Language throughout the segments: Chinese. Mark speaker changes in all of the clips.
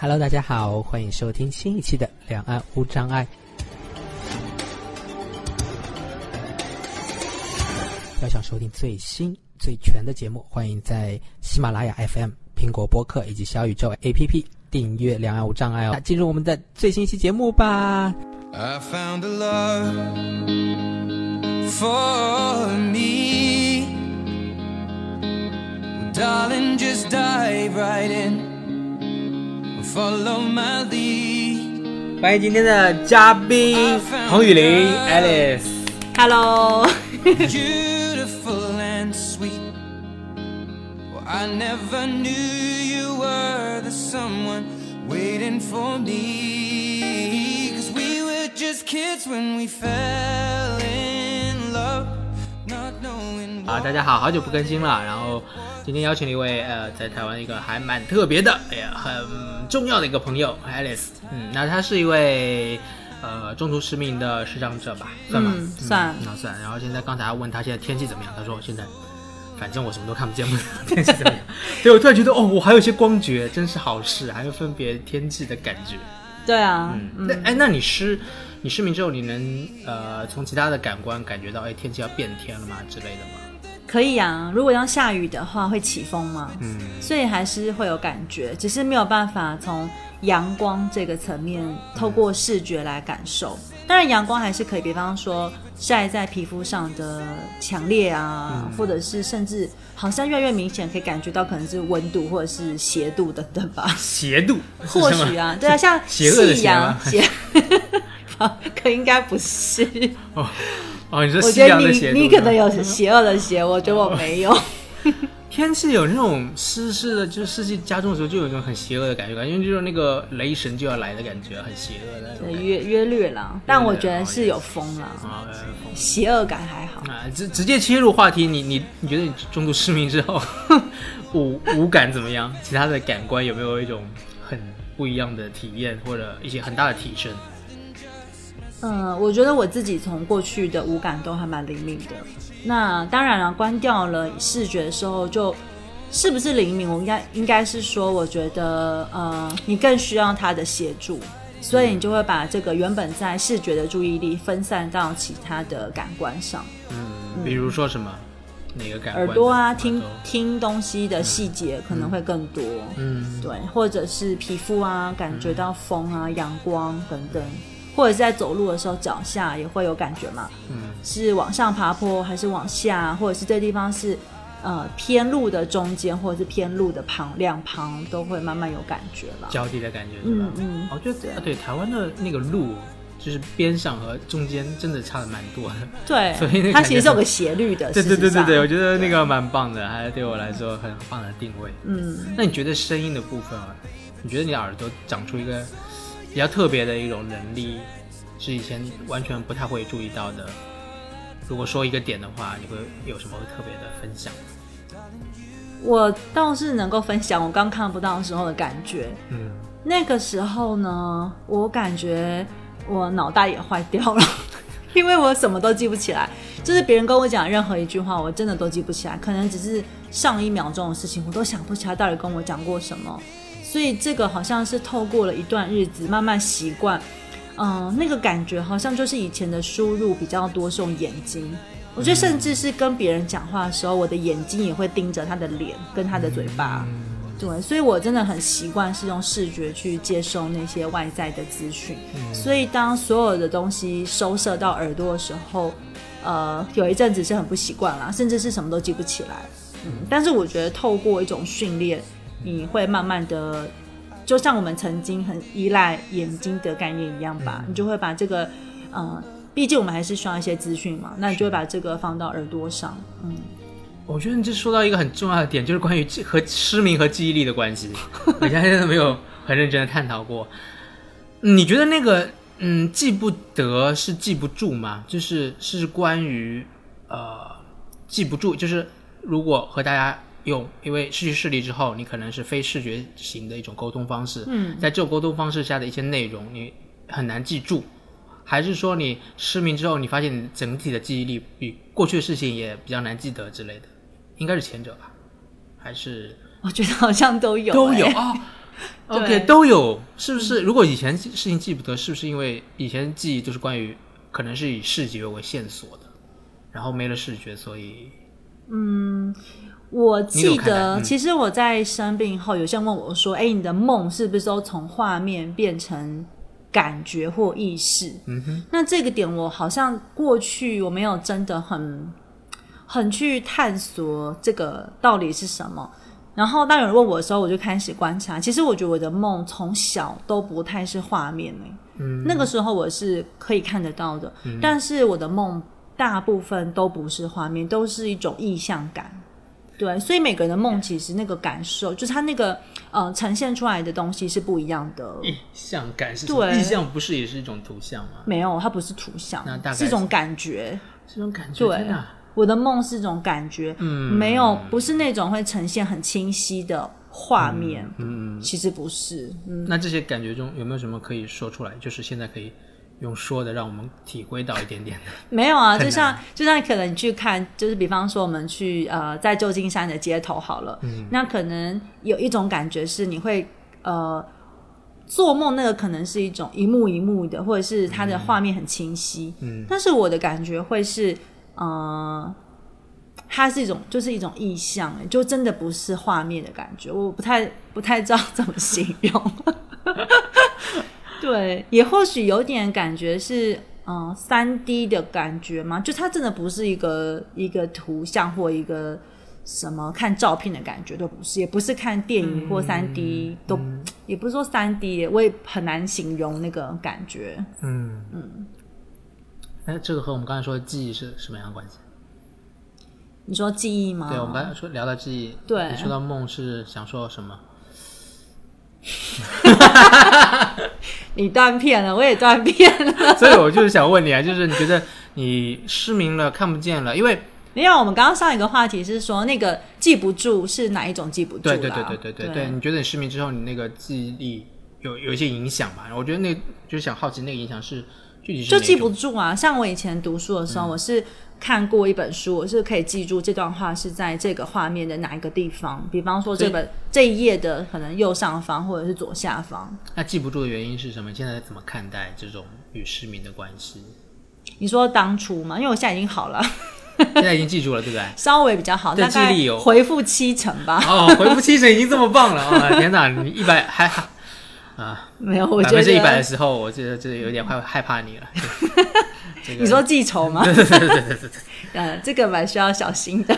Speaker 1: Hello，大家好，欢迎收听新一期的《两岸无障碍》。要想收听最新最全的节目，欢迎在喜马拉雅 FM、苹果播客以及小宇宙 APP 订阅《两岸无障碍》哦。那进入我们的最新一期节目吧。
Speaker 2: I found a love for me. Well, darling, just dive right in. Follow my lead.
Speaker 3: 欢迎今天的嘉宾彭啊雨林 Alice。
Speaker 4: Hello，
Speaker 2: Beautiful and sweet. Well, I never knew you were the someone waiting for me. Cause we were just kids when we fell in love, not knowing
Speaker 3: 啊，大家好，好久不更新了。然后今天邀请了一位呃，在台湾一个还蛮特别的，也很重要的一个朋友 Alice。嗯，那他是一位呃中途失明的视障者吧，算吗？
Speaker 4: 嗯算
Speaker 3: 那算。然后现在刚才问他现在天气怎么样，他说现在。反正我什么都看不见，不知道天气怎么 样。对，我突然觉得，哦，我还有一些光觉，真是好事，还有分别天气的感觉。
Speaker 4: 对啊，
Speaker 3: 那哎，那你失你失明之后，你能呃从其他的感官感觉到哎天气要变天了吗之类的吗？
Speaker 4: 可以啊。如果要下雨的话，会起风嘛，
Speaker 3: 嗯
Speaker 4: 所以还是会有感觉，只是没有办法从阳光这个层面透过视觉来感受。
Speaker 3: 嗯
Speaker 4: 当然，阳光还是可以，比方说晒在皮肤上的强烈啊，
Speaker 3: 嗯
Speaker 4: 或者是甚至好像越来越明显，可以感觉到可能是温度或者是斜度等等 吧。
Speaker 3: 邪度，
Speaker 4: 或许啊，对啊，像
Speaker 3: 邪恶的
Speaker 4: 夕
Speaker 3: 邪
Speaker 4: 阳
Speaker 3: 吗，
Speaker 4: 邪， 好可应该不 是。
Speaker 3: 哦，你说
Speaker 4: 我
Speaker 3: 夕
Speaker 4: 觉得
Speaker 3: 阳的
Speaker 4: 你
Speaker 3: 邪度，
Speaker 4: 你可能有邪恶的邪，我觉得我没有。
Speaker 3: 天气有那种湿湿的，就是湿气加重的时候，就有一种很邪恶的感觉，感觉就是那个雷神就要来的感觉，很邪恶的那种感觉。
Speaker 4: 约约略啦，但我觉得是有风啦，
Speaker 3: 啊、呃风
Speaker 4: 邪恶感还好。
Speaker 3: 啊，直直接切入话题，你你你觉得你中途失明之后， 五五感怎么样？其他的感官有没有一种很不一样的体验，或者一些很大的提升？
Speaker 4: 嗯，我觉得我自己从过去的五感都还蛮灵敏的。那当然了，关掉了视觉的时候就，是不是灵敏，我应该应该是说，我觉得呃，你更需要他的协助，所以你就会把这个原本在视觉的注意力分散到其他的感官上，
Speaker 3: 嗯，比如说什么哪个感官？
Speaker 4: 耳朵啊，
Speaker 3: 怎么
Speaker 4: 听
Speaker 3: 样
Speaker 4: 听东西的细节可能会更多。
Speaker 3: 都嗯，
Speaker 4: 对，或者是皮肤啊，感觉到风啊、阳光等等，或者是在走路的时候脚下也会有感觉嘛，
Speaker 3: 嗯，
Speaker 4: 是往上爬坡还是往下，或者是这地方是呃偏路的中间，或者是偏路的旁两旁都会慢慢有感觉了。
Speaker 3: 交替的感觉是吧
Speaker 4: 嗯？嗯，
Speaker 3: 我觉得哦啊对台湾的那个路，就是边上和中间真的差的蛮多的。
Speaker 4: 对，
Speaker 3: 所以那
Speaker 4: 它
Speaker 3: 感
Speaker 4: 其
Speaker 3: 觉
Speaker 4: 实是有个斜率的。
Speaker 3: 对
Speaker 4: 呃事
Speaker 3: 对对对
Speaker 4: 实上啊
Speaker 3: 对，我觉得那个蛮棒的，还对我来说很棒的定位。
Speaker 4: 嗯，
Speaker 3: 那你觉得声音的部分啊，你觉得你的耳朵长出一个比较特别的一种能力，是以前完全不太会注意到的？如果说一个点的话，你会有什么特别的分享？
Speaker 4: 我倒是能够分享我刚看不到的时候的感觉。
Speaker 3: 嗯，
Speaker 4: 那个时候呢，我感觉我脑袋也坏掉了， 因为我什么都记不起来。就是别人跟我讲任何一句话，我真的都记不起来，可能只是上一秒钟的事情，我都想不起来到底跟我讲过什么。所以这个好像是透过了一段日子，慢慢习惯，嗯、那个感觉好像就是以前的输入比较多是用眼睛。我觉得甚至是跟别人讲话的时候，我的眼睛也会盯着他的脸跟他的嘴巴。对，所以我真的很习惯是用视觉去接收那些外在的资讯，所以当所有的东西收摄到耳朵的时候，呃，有一阵子是很不习惯啦，甚至是什么都记不起来。嗯，但是我觉得透过一种训练，你会慢慢的，就像我们曾经很依赖眼睛的概念一样吧，你就会把这个，呃，毕竟我们还是需要一些资讯嘛，那你就会把这个放到耳朵上，嗯。
Speaker 3: 我觉得你这说到一个很重要的点，就是关于记和失明和记忆力的关系。 我现在真的没有很认真的探讨过。嗯你觉得那个嗯记不得是记不住吗？就是是关于呃记不住，就是如果和大家用，因为失去视力之后，你可能是非视觉型的一种沟通方式。嗯，在这种沟通方式下的一些内容，你很难记住。还是说你失明之后，你发现你整体的记忆力比过去的事情也比较难记得之类的，应该是前者吧？还是
Speaker 4: 我觉得好像都有、
Speaker 3: 都
Speaker 4: 欸
Speaker 3: 有啊、 OK，
Speaker 4: 对
Speaker 3: 都有，是不是？如果以前事情记不得，是不是因为以前记忆就是关于可能是以视觉为线索的，然后没了视觉，所以
Speaker 4: 我
Speaker 3: 你有
Speaker 4: 记
Speaker 3: 看
Speaker 4: 得，
Speaker 3: 嗯
Speaker 4: 其实我在生病后，有些人问我说：“哎，你的梦是不是都从画面变成感觉或意识？”
Speaker 3: 嗯哼，
Speaker 4: 那这个点我好像过去我没有真的很很去探索这个到底是什么。然后当有人问我的时候，我就开始观察。其实我觉得我的梦从小都不太是画面诶、
Speaker 3: 嗯
Speaker 4: 那个时候我是可以看得到的，但是我的梦大部分都不是画面，都是一种意象感。对，所以每个人的梦其实那个感受，就是他那个呃呈现出来的东西是不一样的。
Speaker 3: 意象感是什么？
Speaker 4: 对
Speaker 3: 意象不是也是一种图像吗？
Speaker 4: 没有，它不是图像
Speaker 3: 那大概，
Speaker 4: 是一种感觉。
Speaker 3: 这种感觉，
Speaker 4: 对
Speaker 3: 天哪！
Speaker 4: 我的梦是一种感觉，
Speaker 3: 嗯
Speaker 4: 没有，不是那种会呈现很清晰的画面，
Speaker 3: 嗯，
Speaker 4: 其实不是，嗯，
Speaker 3: 那这些感觉中有没有什么可以说出来？就是现在可以用说的，让我们体会到一点点的。
Speaker 4: 没有啊，
Speaker 3: 很难
Speaker 4: 就像就像可能你去看，就是比方说我们去呃在旧金山的街头好了，
Speaker 3: 嗯
Speaker 4: 那可能有一种感觉是你会呃做梦，那个可能是一种一幕一幕的，或者是它的画面很清晰，
Speaker 3: 嗯
Speaker 4: 但是我的感觉会是呃。它是一种，就是一种意象，就真的不是画面的感觉，我不太不太知道怎么形容。对，也或许有点感觉是，嗯、三 D 的感觉嘛，就它真的不是一个一个图像或一个什么看照片的感觉都不是，也不是看电
Speaker 3: 嗯
Speaker 4: 影或三 D，、都也不是说三 D，我也很难形容那个感觉。
Speaker 3: 嗯嗯。哎，这个和我们刚才说的记忆是什么样的关系？
Speaker 4: 你说记忆吗？
Speaker 3: 对，我们刚才说聊到记忆，
Speaker 4: 啊对
Speaker 3: 你说到梦是想说什 么？
Speaker 4: 你断片了，我也断片了。
Speaker 3: 所以我就是想问你啊，就是你觉得你失明了，看不见了，因为
Speaker 4: 没有，我们刚刚上一个话题是说那个记不住是哪一种记不住啦
Speaker 3: 对对对对对对对，你觉得你失明之后，你那个记忆力有有一些影响吧？我觉得那就是想好奇那个影响是具体是
Speaker 4: 就
Speaker 3: 哪
Speaker 4: 记
Speaker 3: 种嗯
Speaker 4: 不住啊。像我以前读书的时候，我是看过一本书，我是可以记住这段话是在这个画面的哪一个地方，比方说
Speaker 3: 所以
Speaker 4: 这本这一页的可能右上方或者是左下方。
Speaker 3: 那记不住的原因是什么？现在怎么看待这种与失明的关系？
Speaker 4: 你说当初嘛，因为我现在已经好了，
Speaker 3: 现在已经记住了，对不对？
Speaker 4: 稍微比较好，
Speaker 3: 对
Speaker 4: 大概
Speaker 3: 记忆力有
Speaker 4: 回复七成吧。
Speaker 3: 哦，回复七成已经这么棒了啊、哦！天哪，你一百还还啊，
Speaker 4: 没有，我
Speaker 3: 百
Speaker 4: 觉
Speaker 3: 分之一百的
Speaker 4: 得
Speaker 3: 时候，我觉得这有点害害怕你 了。这个
Speaker 4: 你 说记仇吗？
Speaker 3: 对对对对对对
Speaker 4: 呃，这个蛮需要小心的。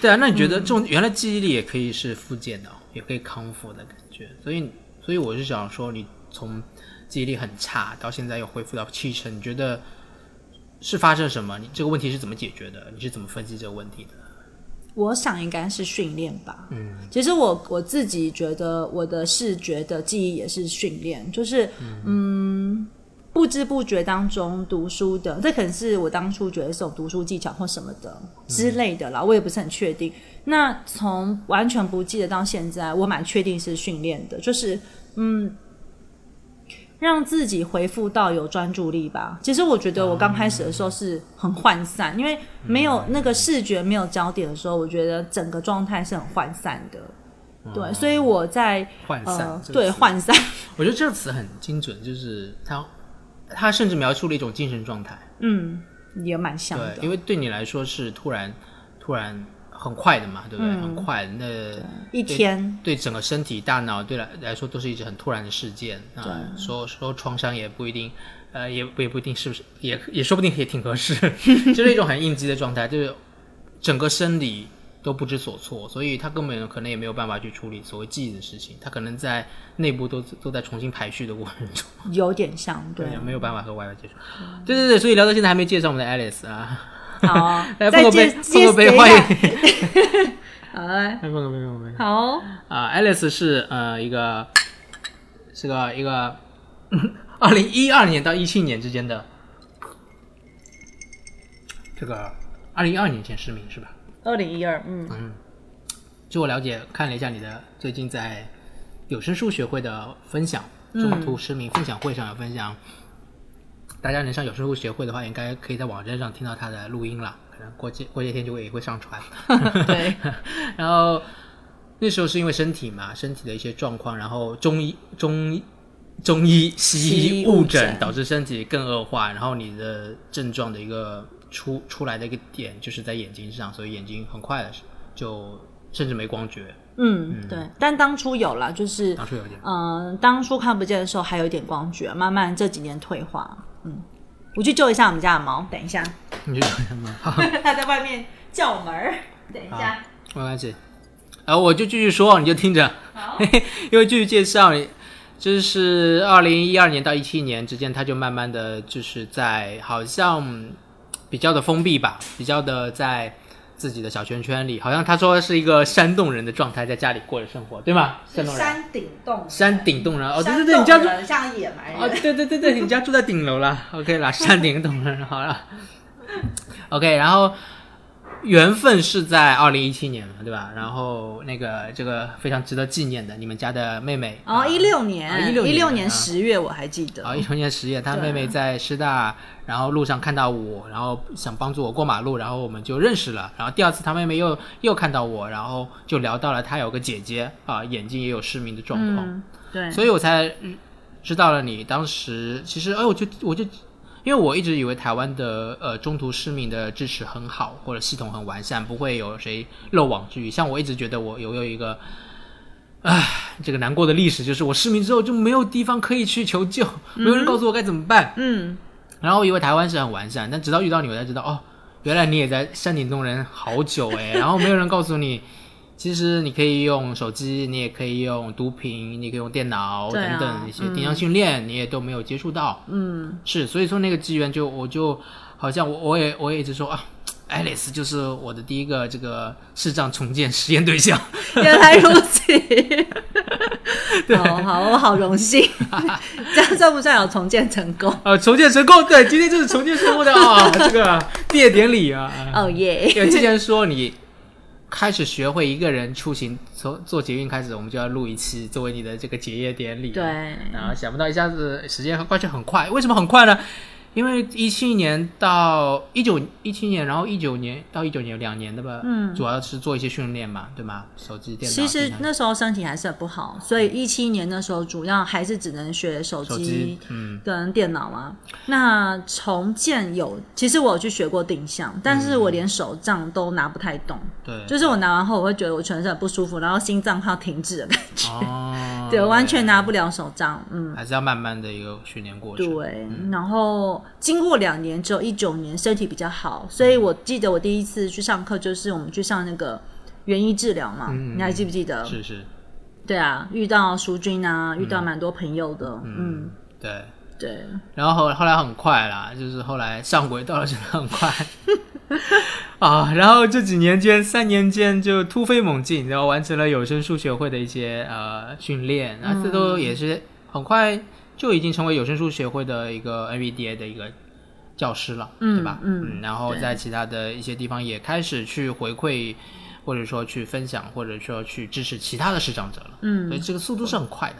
Speaker 3: 对啊，那你觉
Speaker 4: 嗯
Speaker 3: 得这种原来记忆力也可以是复健的哦，也可以康复的感觉？所以，所以我是想说，你从记忆力很差到现在又恢复到七成，你觉得是发生什么？你这个问题是怎么解决的？你是怎么分析这个问题的？
Speaker 4: 我想应该是训练吧。
Speaker 3: 嗯，
Speaker 4: 其实我我自己觉得我的视觉的记忆也是训练，就是嗯不知不觉当中读书的，这可能是我当初觉得是种读书技巧或什么的之类的啦，我也不是很确定。那从完全不记得到现在，我蛮确定是训练的，就是嗯。让自己恢复到有专注力吧。其实我觉得我刚开始的时候是很涣散，因为没有那个视觉没有焦点的时候，我觉得整个状态是很涣散的。对，所以我在
Speaker 3: 哦涣散、
Speaker 4: 呃
Speaker 3: 这，个
Speaker 4: 对
Speaker 3: 词
Speaker 4: 涣散，
Speaker 3: 我觉得这个词很精准，就是它，它甚至描述了一种精神状态。
Speaker 4: 嗯，也蛮像的
Speaker 3: 对，。因为对你来说是突然，突然很快的嘛，对
Speaker 4: 嗯
Speaker 3: 不对？很快，那
Speaker 4: 一天，
Speaker 3: 对整个身体、大脑对来来说都是一直很突然的事件啊。说说创伤也不一定，呃，也也不一定是不是，也也说不定也挺合 适，就是一种很应激的状态，就是整个生理都不知所措，所以他根本可能也没有办法去处理所谓记忆的事情，他可能在内部都都在重新排序的过程中，
Speaker 4: 有点像，对。啊
Speaker 3: 没有办法和外界接触。对对对，所以聊到现在还没介绍我们的 Alice 啊，，
Speaker 4: 好啊
Speaker 3: 来碰个
Speaker 4: 再
Speaker 3: 杯，
Speaker 4: 见，
Speaker 3: 碰个
Speaker 4: 见
Speaker 3: 杯，
Speaker 4: 谁
Speaker 3: 欢 迎，
Speaker 4: 呀
Speaker 3: 来
Speaker 4: 好嘞，
Speaker 3: 碰个杯，碰个杯。
Speaker 4: 好，
Speaker 3: 啊、a l i c e 是呃一个是个一个二零一二年到一七年之间的这个二零一二年前失明是吧？
Speaker 4: 二零一二，嗯，
Speaker 3: 据我了解，看了一下你的最近在有声书学会的分享，中途失明分享会上有分享，大家能上有声书学会的话，应该可以在网站上听到他的录音了，可能过些过些天就会也会上传。
Speaker 4: 对，
Speaker 3: 然后那时候是因为身体嘛，身体的一些状况，然后中医、中医、中医、西
Speaker 4: 西
Speaker 3: 医
Speaker 4: 医
Speaker 3: 误
Speaker 4: 误诊
Speaker 3: 诊，导致身体更恶化，然后你的症状的一个出出来的一个点就是在眼睛上，所以眼睛很快的就甚至没光觉，
Speaker 4: 嗯，对。但当初有了，就是
Speaker 3: 当初有一点。
Speaker 4: 嗯、呃当初看不见的时候还有一点光觉，慢慢这几年退化。嗯，我去救一下我们家的猫，等一下，
Speaker 3: 你就想吗？好，
Speaker 4: 它在外面叫门儿，等一下。
Speaker 3: 没关系。然后我就继续说，你就听着。
Speaker 4: 好，
Speaker 3: 因为继续介绍，就是二零一二年到一七年之间，他就慢慢的就是在好像比较的封闭吧，比较的在自己的小圈圈里，好像他说是一个山洞人的状态，在家里过着生活，对吗？山洞人，
Speaker 4: 顶洞，
Speaker 3: 山顶洞人，哦，对对对，你家住，
Speaker 4: 人像野蛮
Speaker 3: 哦，对对对对，你家住在顶楼啦，OK 啦，山顶洞人好了，OK，然后。缘分是在二零一七年嘛，对吧？然后那个这个非常值得纪念的，你们家的妹妹
Speaker 4: 哦，一六年
Speaker 3: 啊，16
Speaker 4: 六
Speaker 3: 年啊
Speaker 4: 年十月我还记得
Speaker 3: 啊，，一九年十月，他
Speaker 4: 对
Speaker 3: 妹妹在师大，然后路上看到我，然后想帮助我过马路，然后我们就认识了。然后第二次他妹妹又又看到我，然后就聊到了她有个姐姐啊，眼睛也有失明的状况，
Speaker 4: 嗯，对，
Speaker 3: 哦所以我才嗯知道了你当时其实哎，我就我就因为我一直以为台湾的呃中途失明的支持很好，或者系统很完善，不会有谁漏网之鱼。像我一直觉得我有有一个。唉，这个难过的历史就是我失明之后就没有地方可以去求救，没有人告诉我该怎么办。
Speaker 4: 嗯，
Speaker 3: 然后我以为台湾是很完善，但直到遇到你，我才知道哦，原来你也在山顶洞人好久哎，然后没有人告诉你，其实你可以用手机，你也可以用毒品，你也可以用电脑、
Speaker 4: 对啊
Speaker 3: 等等一些定向训练，你也都没有接触到。嗯，是，所以说那个机缘就我就好像我我也我也一直说啊。Alice 就是我的第一个这个视障重建实验对象，
Speaker 4: 原来如此。好好，我好荣 幸，这样算不算有重建成功？
Speaker 3: 呃，重建成功，对，今天就是重建成功的啊、这个 毕业典礼啊，啊
Speaker 4: 哦耶！
Speaker 3: 因为之前说你开始学会一个人出行，从做捷运开始，我们就要录一期作为你的这个结业典礼。
Speaker 4: 对
Speaker 3: 然后想不到一下子时间过去很快，为什么很快呢？因为一七年到一九一七年，然后一九年到一九年两年的吧，嗯，主要是做一些训练嘛，对吗？手机、电脑。
Speaker 4: 其实
Speaker 3: 平常
Speaker 4: 那时候身体还是很不好，所以一七年那时候主要还是只能学手
Speaker 3: 手机
Speaker 4: 机，
Speaker 3: 嗯，
Speaker 4: 跟电脑啊。那重建有，其实我有去学过定向，但是我连手杖都拿不太动，
Speaker 3: 嗯对，
Speaker 4: 就是我拿完后我会觉得我全身很不舒服，然后心脏快要停止了，
Speaker 3: 哦，
Speaker 4: 对，完全拿不了手杖，嗯。
Speaker 3: 还是要慢慢的一个训练过程。
Speaker 4: 对，
Speaker 3: 嗯
Speaker 4: 然后经过两年之后，一九年身体比较好，所以我记得我第一次去上课就是我们去上那个园艺治疗嘛，
Speaker 3: 嗯嗯
Speaker 4: 你还记不记得？
Speaker 3: 是是，
Speaker 4: 对啊，遇到淑君啊，遇到蛮多朋友的，嗯，
Speaker 3: 对。
Speaker 4: 对，
Speaker 3: 然后后后来很快啦，就是后来上轨道了，真的很快 啊。然后这几年间，三年间就突飞猛进，然后完成了有声书学会的一些呃训练，啊，
Speaker 4: 嗯
Speaker 3: 这都也是很快就已经成为有声书学会的一个 NVDA 的一个教师了，
Speaker 4: 嗯
Speaker 3: 对吧？
Speaker 4: 嗯
Speaker 3: 然后
Speaker 4: 对
Speaker 3: 在其他的一些地方也开始去回馈，或者说去分享，或者说去支持其他的视障者了，
Speaker 4: 嗯
Speaker 3: 所以这个速度是很快的。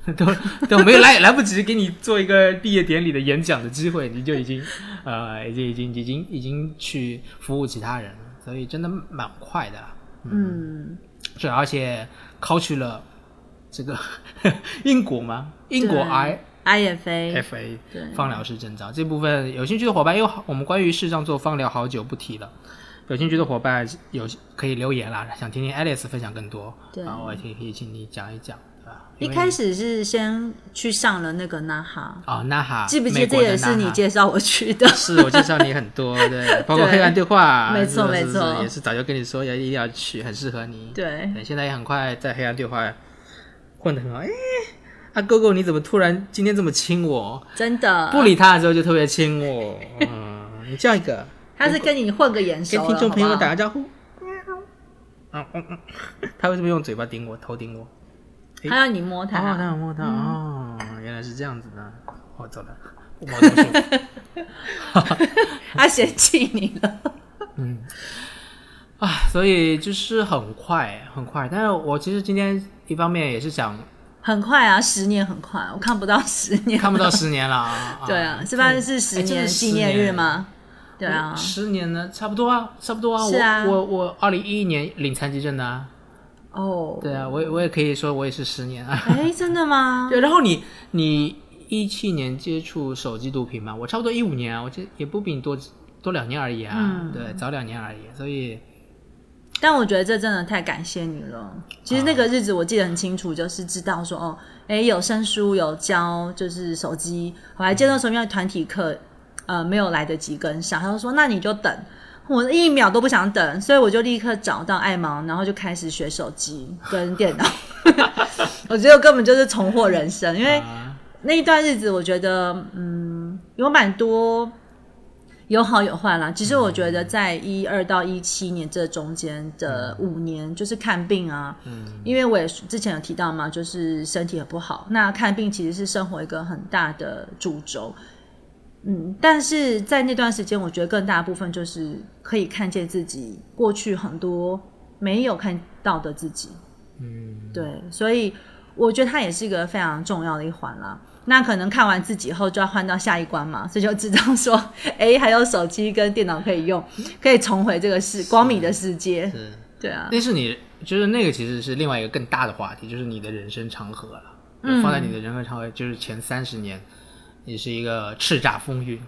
Speaker 3: 都都没有来来不及给你做一个毕业典礼的演讲的机会，你就已经呃已经已经已经已经去服务其他人了，所以真的蛮快的啦。
Speaker 4: 嗯，
Speaker 3: 是，而且考取了这个 英国嘛，英国 I
Speaker 4: IFA，
Speaker 3: F A
Speaker 4: 对
Speaker 3: 放疗师证照这部分，有兴趣的伙伴，因为我们关于视障做放疗好久不提了。有兴趣的伙伴有可以留言啦，想听听 Alice 分享更多，
Speaker 4: 对
Speaker 3: 然后我也可以可以请你讲一讲，对吧？
Speaker 4: 一
Speaker 3: 因为
Speaker 4: 开始是先去上了那个 NAHA，
Speaker 3: 哦，那哈，
Speaker 4: 记不记
Speaker 3: 美国
Speaker 4: 得这
Speaker 3: 的
Speaker 4: 也是
Speaker 3: 呐
Speaker 4: 你
Speaker 3: 哈
Speaker 4: 介绍我去的？
Speaker 3: 是我介绍你很多， 对，包括黑暗对话，
Speaker 4: 没错
Speaker 3: 是是
Speaker 4: 没
Speaker 3: 是
Speaker 4: 错
Speaker 3: 也是早就跟你说要一定要去，很适合你。
Speaker 4: 对，
Speaker 3: 现在也很快在黑暗对话混得很好。哎，啊狗狗，你怎么突然今天这么亲我？
Speaker 4: 真的，
Speaker 3: 不理他的时候就特别亲我。嗯，你叫一个，
Speaker 4: 他是跟你混个眼熟
Speaker 3: 跟
Speaker 4: 了，
Speaker 3: 听众朋友
Speaker 4: 好
Speaker 3: 们
Speaker 4: 不好
Speaker 3: 打个招呼。嗯嗯 嗯，他为什么用嘴巴顶我，头顶我？诶
Speaker 4: 他让你摸他，
Speaker 3: 哦，他有摸到、
Speaker 4: 嗯
Speaker 3: 哦，原来是这样子的。我、哦走了，我毛东西。
Speaker 4: 他嫌弃你了，
Speaker 3: 啊，所以就是很快很快，但是我其实今天一方面也是 想
Speaker 4: 很快啊，十年很快，我看不到十年，
Speaker 3: 看不到十年了啊，
Speaker 4: 对啊，是吧？是十
Speaker 3: 哎真的
Speaker 4: 年
Speaker 3: 是
Speaker 4: 纪念日吗？对
Speaker 3: 哎
Speaker 4: 啊，
Speaker 3: 十年呢，差不多啊，差不多啊，
Speaker 4: 是啊
Speaker 3: 我我我二零一一年领残疾证的啊，
Speaker 4: 哦，
Speaker 3: 对啊，我也我也可以说我也是十年啊。
Speaker 4: 哎，真的吗？
Speaker 3: 对，然后你你一七年接触手机毒品嘛，我差不多一五年啊，我这也不比你多多两年而已啊，
Speaker 4: 嗯
Speaker 3: 对，早两年而已，所以
Speaker 4: 但我觉得这真的太感谢你了。其实那个日子我记得很清楚，就是知道说哦，哎，有声书，有教就是手机，我还接到什么样的团体课，呃，没有来得及跟上，他就说那你就等。我一秒都不想等，所以我就立刻找到爱盲，然后就开始学手机跟电脑。 我觉得我根本就是重获人生，因为
Speaker 3: 啊
Speaker 4: 那一段日子，我觉得嗯，有蛮多有好有坏啦。其实我觉得在一二到一七年这中间的五年，就是看病啊，
Speaker 3: 嗯，
Speaker 4: 因为我也之前有提到嘛，就是身体也不好，那看病其实是生活一个很大的主轴。嗯，但是在那段时间，我觉得更大部分就是可以看见自己过去很多没有看到的自己。
Speaker 3: 嗯，
Speaker 4: 对，所以我觉得它也是一个非常重要的一环啦。那可能看完自己后就要换到下一关嘛，所以就知道说，哎，还有手机跟电脑可以用，可以重回这个世光明的世界。
Speaker 3: 是，
Speaker 4: 对啊，
Speaker 3: 那是你就是那个其实是另外一个更大的话题，就是你的人生长河了，
Speaker 4: 嗯
Speaker 3: 放在你的人生长河就是前三十年，也是一个叱咤风云。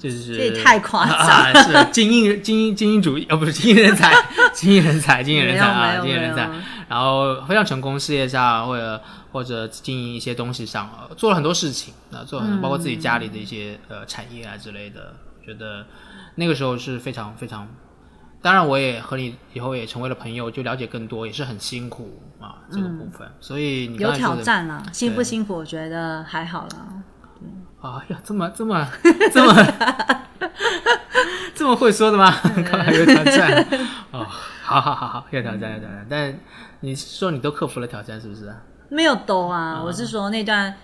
Speaker 3: 就是
Speaker 4: 这也太夸张
Speaker 3: 啊！是精英精英精英主义啊，不是精英人 才，精英人才，精英人才
Speaker 4: 没
Speaker 3: 啊，
Speaker 4: 有
Speaker 3: 精
Speaker 4: 没
Speaker 3: 英
Speaker 4: 有没
Speaker 3: 人才
Speaker 4: 有。，
Speaker 3: 然后非常成功，事业上或者或者经营一些东西上，呃做了很多事情，啊、做了很多，包括自己家里的一些呃产业啊之类的，我觉得那个时候是非常非常。当然，我也和你以后也成为了朋友，就了解更多，也是很辛苦啊这个部分。所以你刚
Speaker 4: 嗯有
Speaker 3: 才
Speaker 4: 挑
Speaker 3: 说的
Speaker 4: 战啦，辛不辛苦？我觉得还好啦。
Speaker 3: 啊呀，这么这么这么 这么会说的 吗？干嘛有挑战？哦，好好好好，有挑战有挑战。但你说你都克服了挑战，是不是？
Speaker 4: 没有兜啊，我是说那段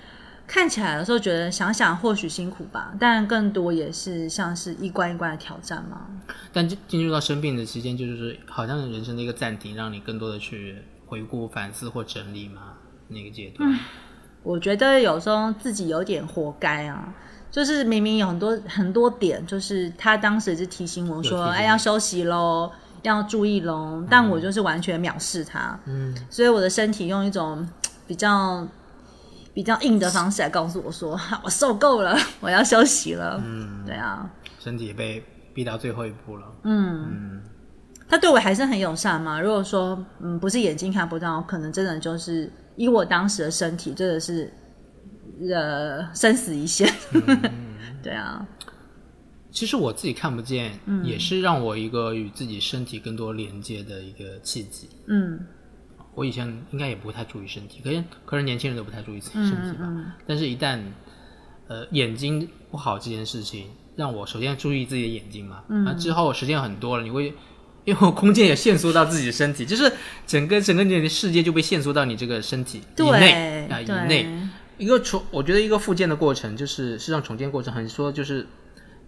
Speaker 4: 看起来的时候，觉得想想或许辛苦吧，但更多也是像是一关一关的挑战嘛。
Speaker 3: 但进进入到生病的期间，就是好像人生的一个暂停，让你更多的去回顾、反思或整理嘛，那个阶段。
Speaker 4: 我觉得有时候自己有点活该啊，就是明明有很多很多点，就是他当时是提醒我说，
Speaker 3: 有提醒
Speaker 4: 哎，
Speaker 3: 你
Speaker 4: 要休息喽，要注意喽，但我就是完全藐视他，
Speaker 3: 嗯，
Speaker 4: 所以我的身体用一种比较比较硬的方式来告诉我说， 哈我受够了，我要休息了。嗯，对啊，
Speaker 3: 身体也被逼到最后一步了。
Speaker 4: 嗯，
Speaker 3: 嗯，
Speaker 4: 他对我还是很友善嘛。如果说嗯不是眼睛看不到，可能真的就是以我当时的身体，真的是呃生死一线。
Speaker 3: 嗯
Speaker 4: 对啊，
Speaker 3: 其实我自己看不见，也是让我一个与自己身体更多连接的一个契机。
Speaker 4: 嗯
Speaker 3: 我以前应该也不太注意身体，可是可是年轻人都不太注意自己身体吧。
Speaker 4: 嗯嗯
Speaker 3: 但是，一旦呃眼睛不好这件事情，让我首先注意自己的眼睛嘛。嗯，之后时间很多了，你会 因为我空间也限缩到自己的身体，就是整个整个你的世界就被限缩到你这个身体以内
Speaker 4: 对嗯
Speaker 3: 啊、以
Speaker 4: 对
Speaker 3: 内。一个重，我觉得一个复健的过程，就是实际上重建过程，很说就是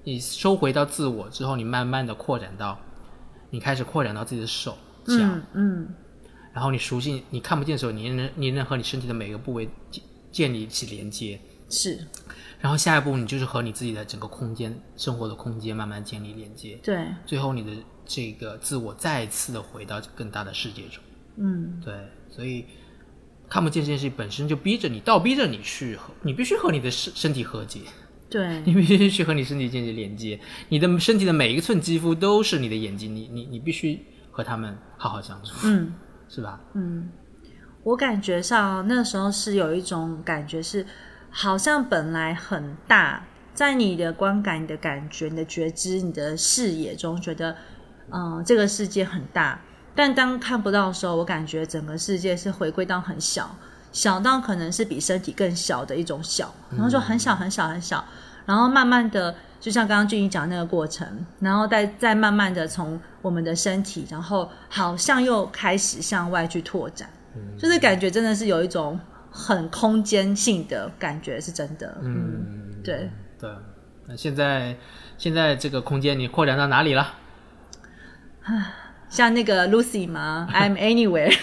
Speaker 3: 你收回到自我之后，你慢慢的扩展到，你开始扩展到自己的手脚，
Speaker 4: 嗯嗯
Speaker 3: 然后你熟悉你看不见的时候，你能你能和你身体的每个部位建建立起连接，
Speaker 4: 是
Speaker 3: 然后下一步你就是和你自己的整个空间、生活的空间慢慢建立连接，
Speaker 4: 对
Speaker 3: 最后你的这个自我再一次的回到更大的世界中。
Speaker 4: 嗯
Speaker 3: 对，所以看不见这件事情本身就逼着你，倒逼着你去和你必须和你的身身体和解，
Speaker 4: 对
Speaker 3: 你必须去和你身体建立连接，你的身体的每一寸肌肤都是你的眼睛，你你你必须和他们好好相处，
Speaker 4: 嗯
Speaker 3: 是吧？
Speaker 4: 嗯，我感觉上那时候是有一种感觉是，好像本来很大，在你的观感、你的感觉、你的觉知、你的视野中，觉得，嗯、这个世界很大。但当看不到的时候，我感觉整个世界是回归到很小，小到可能是比身体更小的一种小，然后就很小很小很小，然后慢慢的，就像刚刚俊怡讲那个过程，然后再再慢慢的从我们的身体，然后好像又开始向外去拓展，就是感觉真的是有一种很空间性的感觉，是真的。嗯，
Speaker 3: 嗯，
Speaker 4: 对
Speaker 3: 对。那现在现在这个空间你扩展到哪里了？
Speaker 4: 像那个 Lucy 吗？I'm anywhere，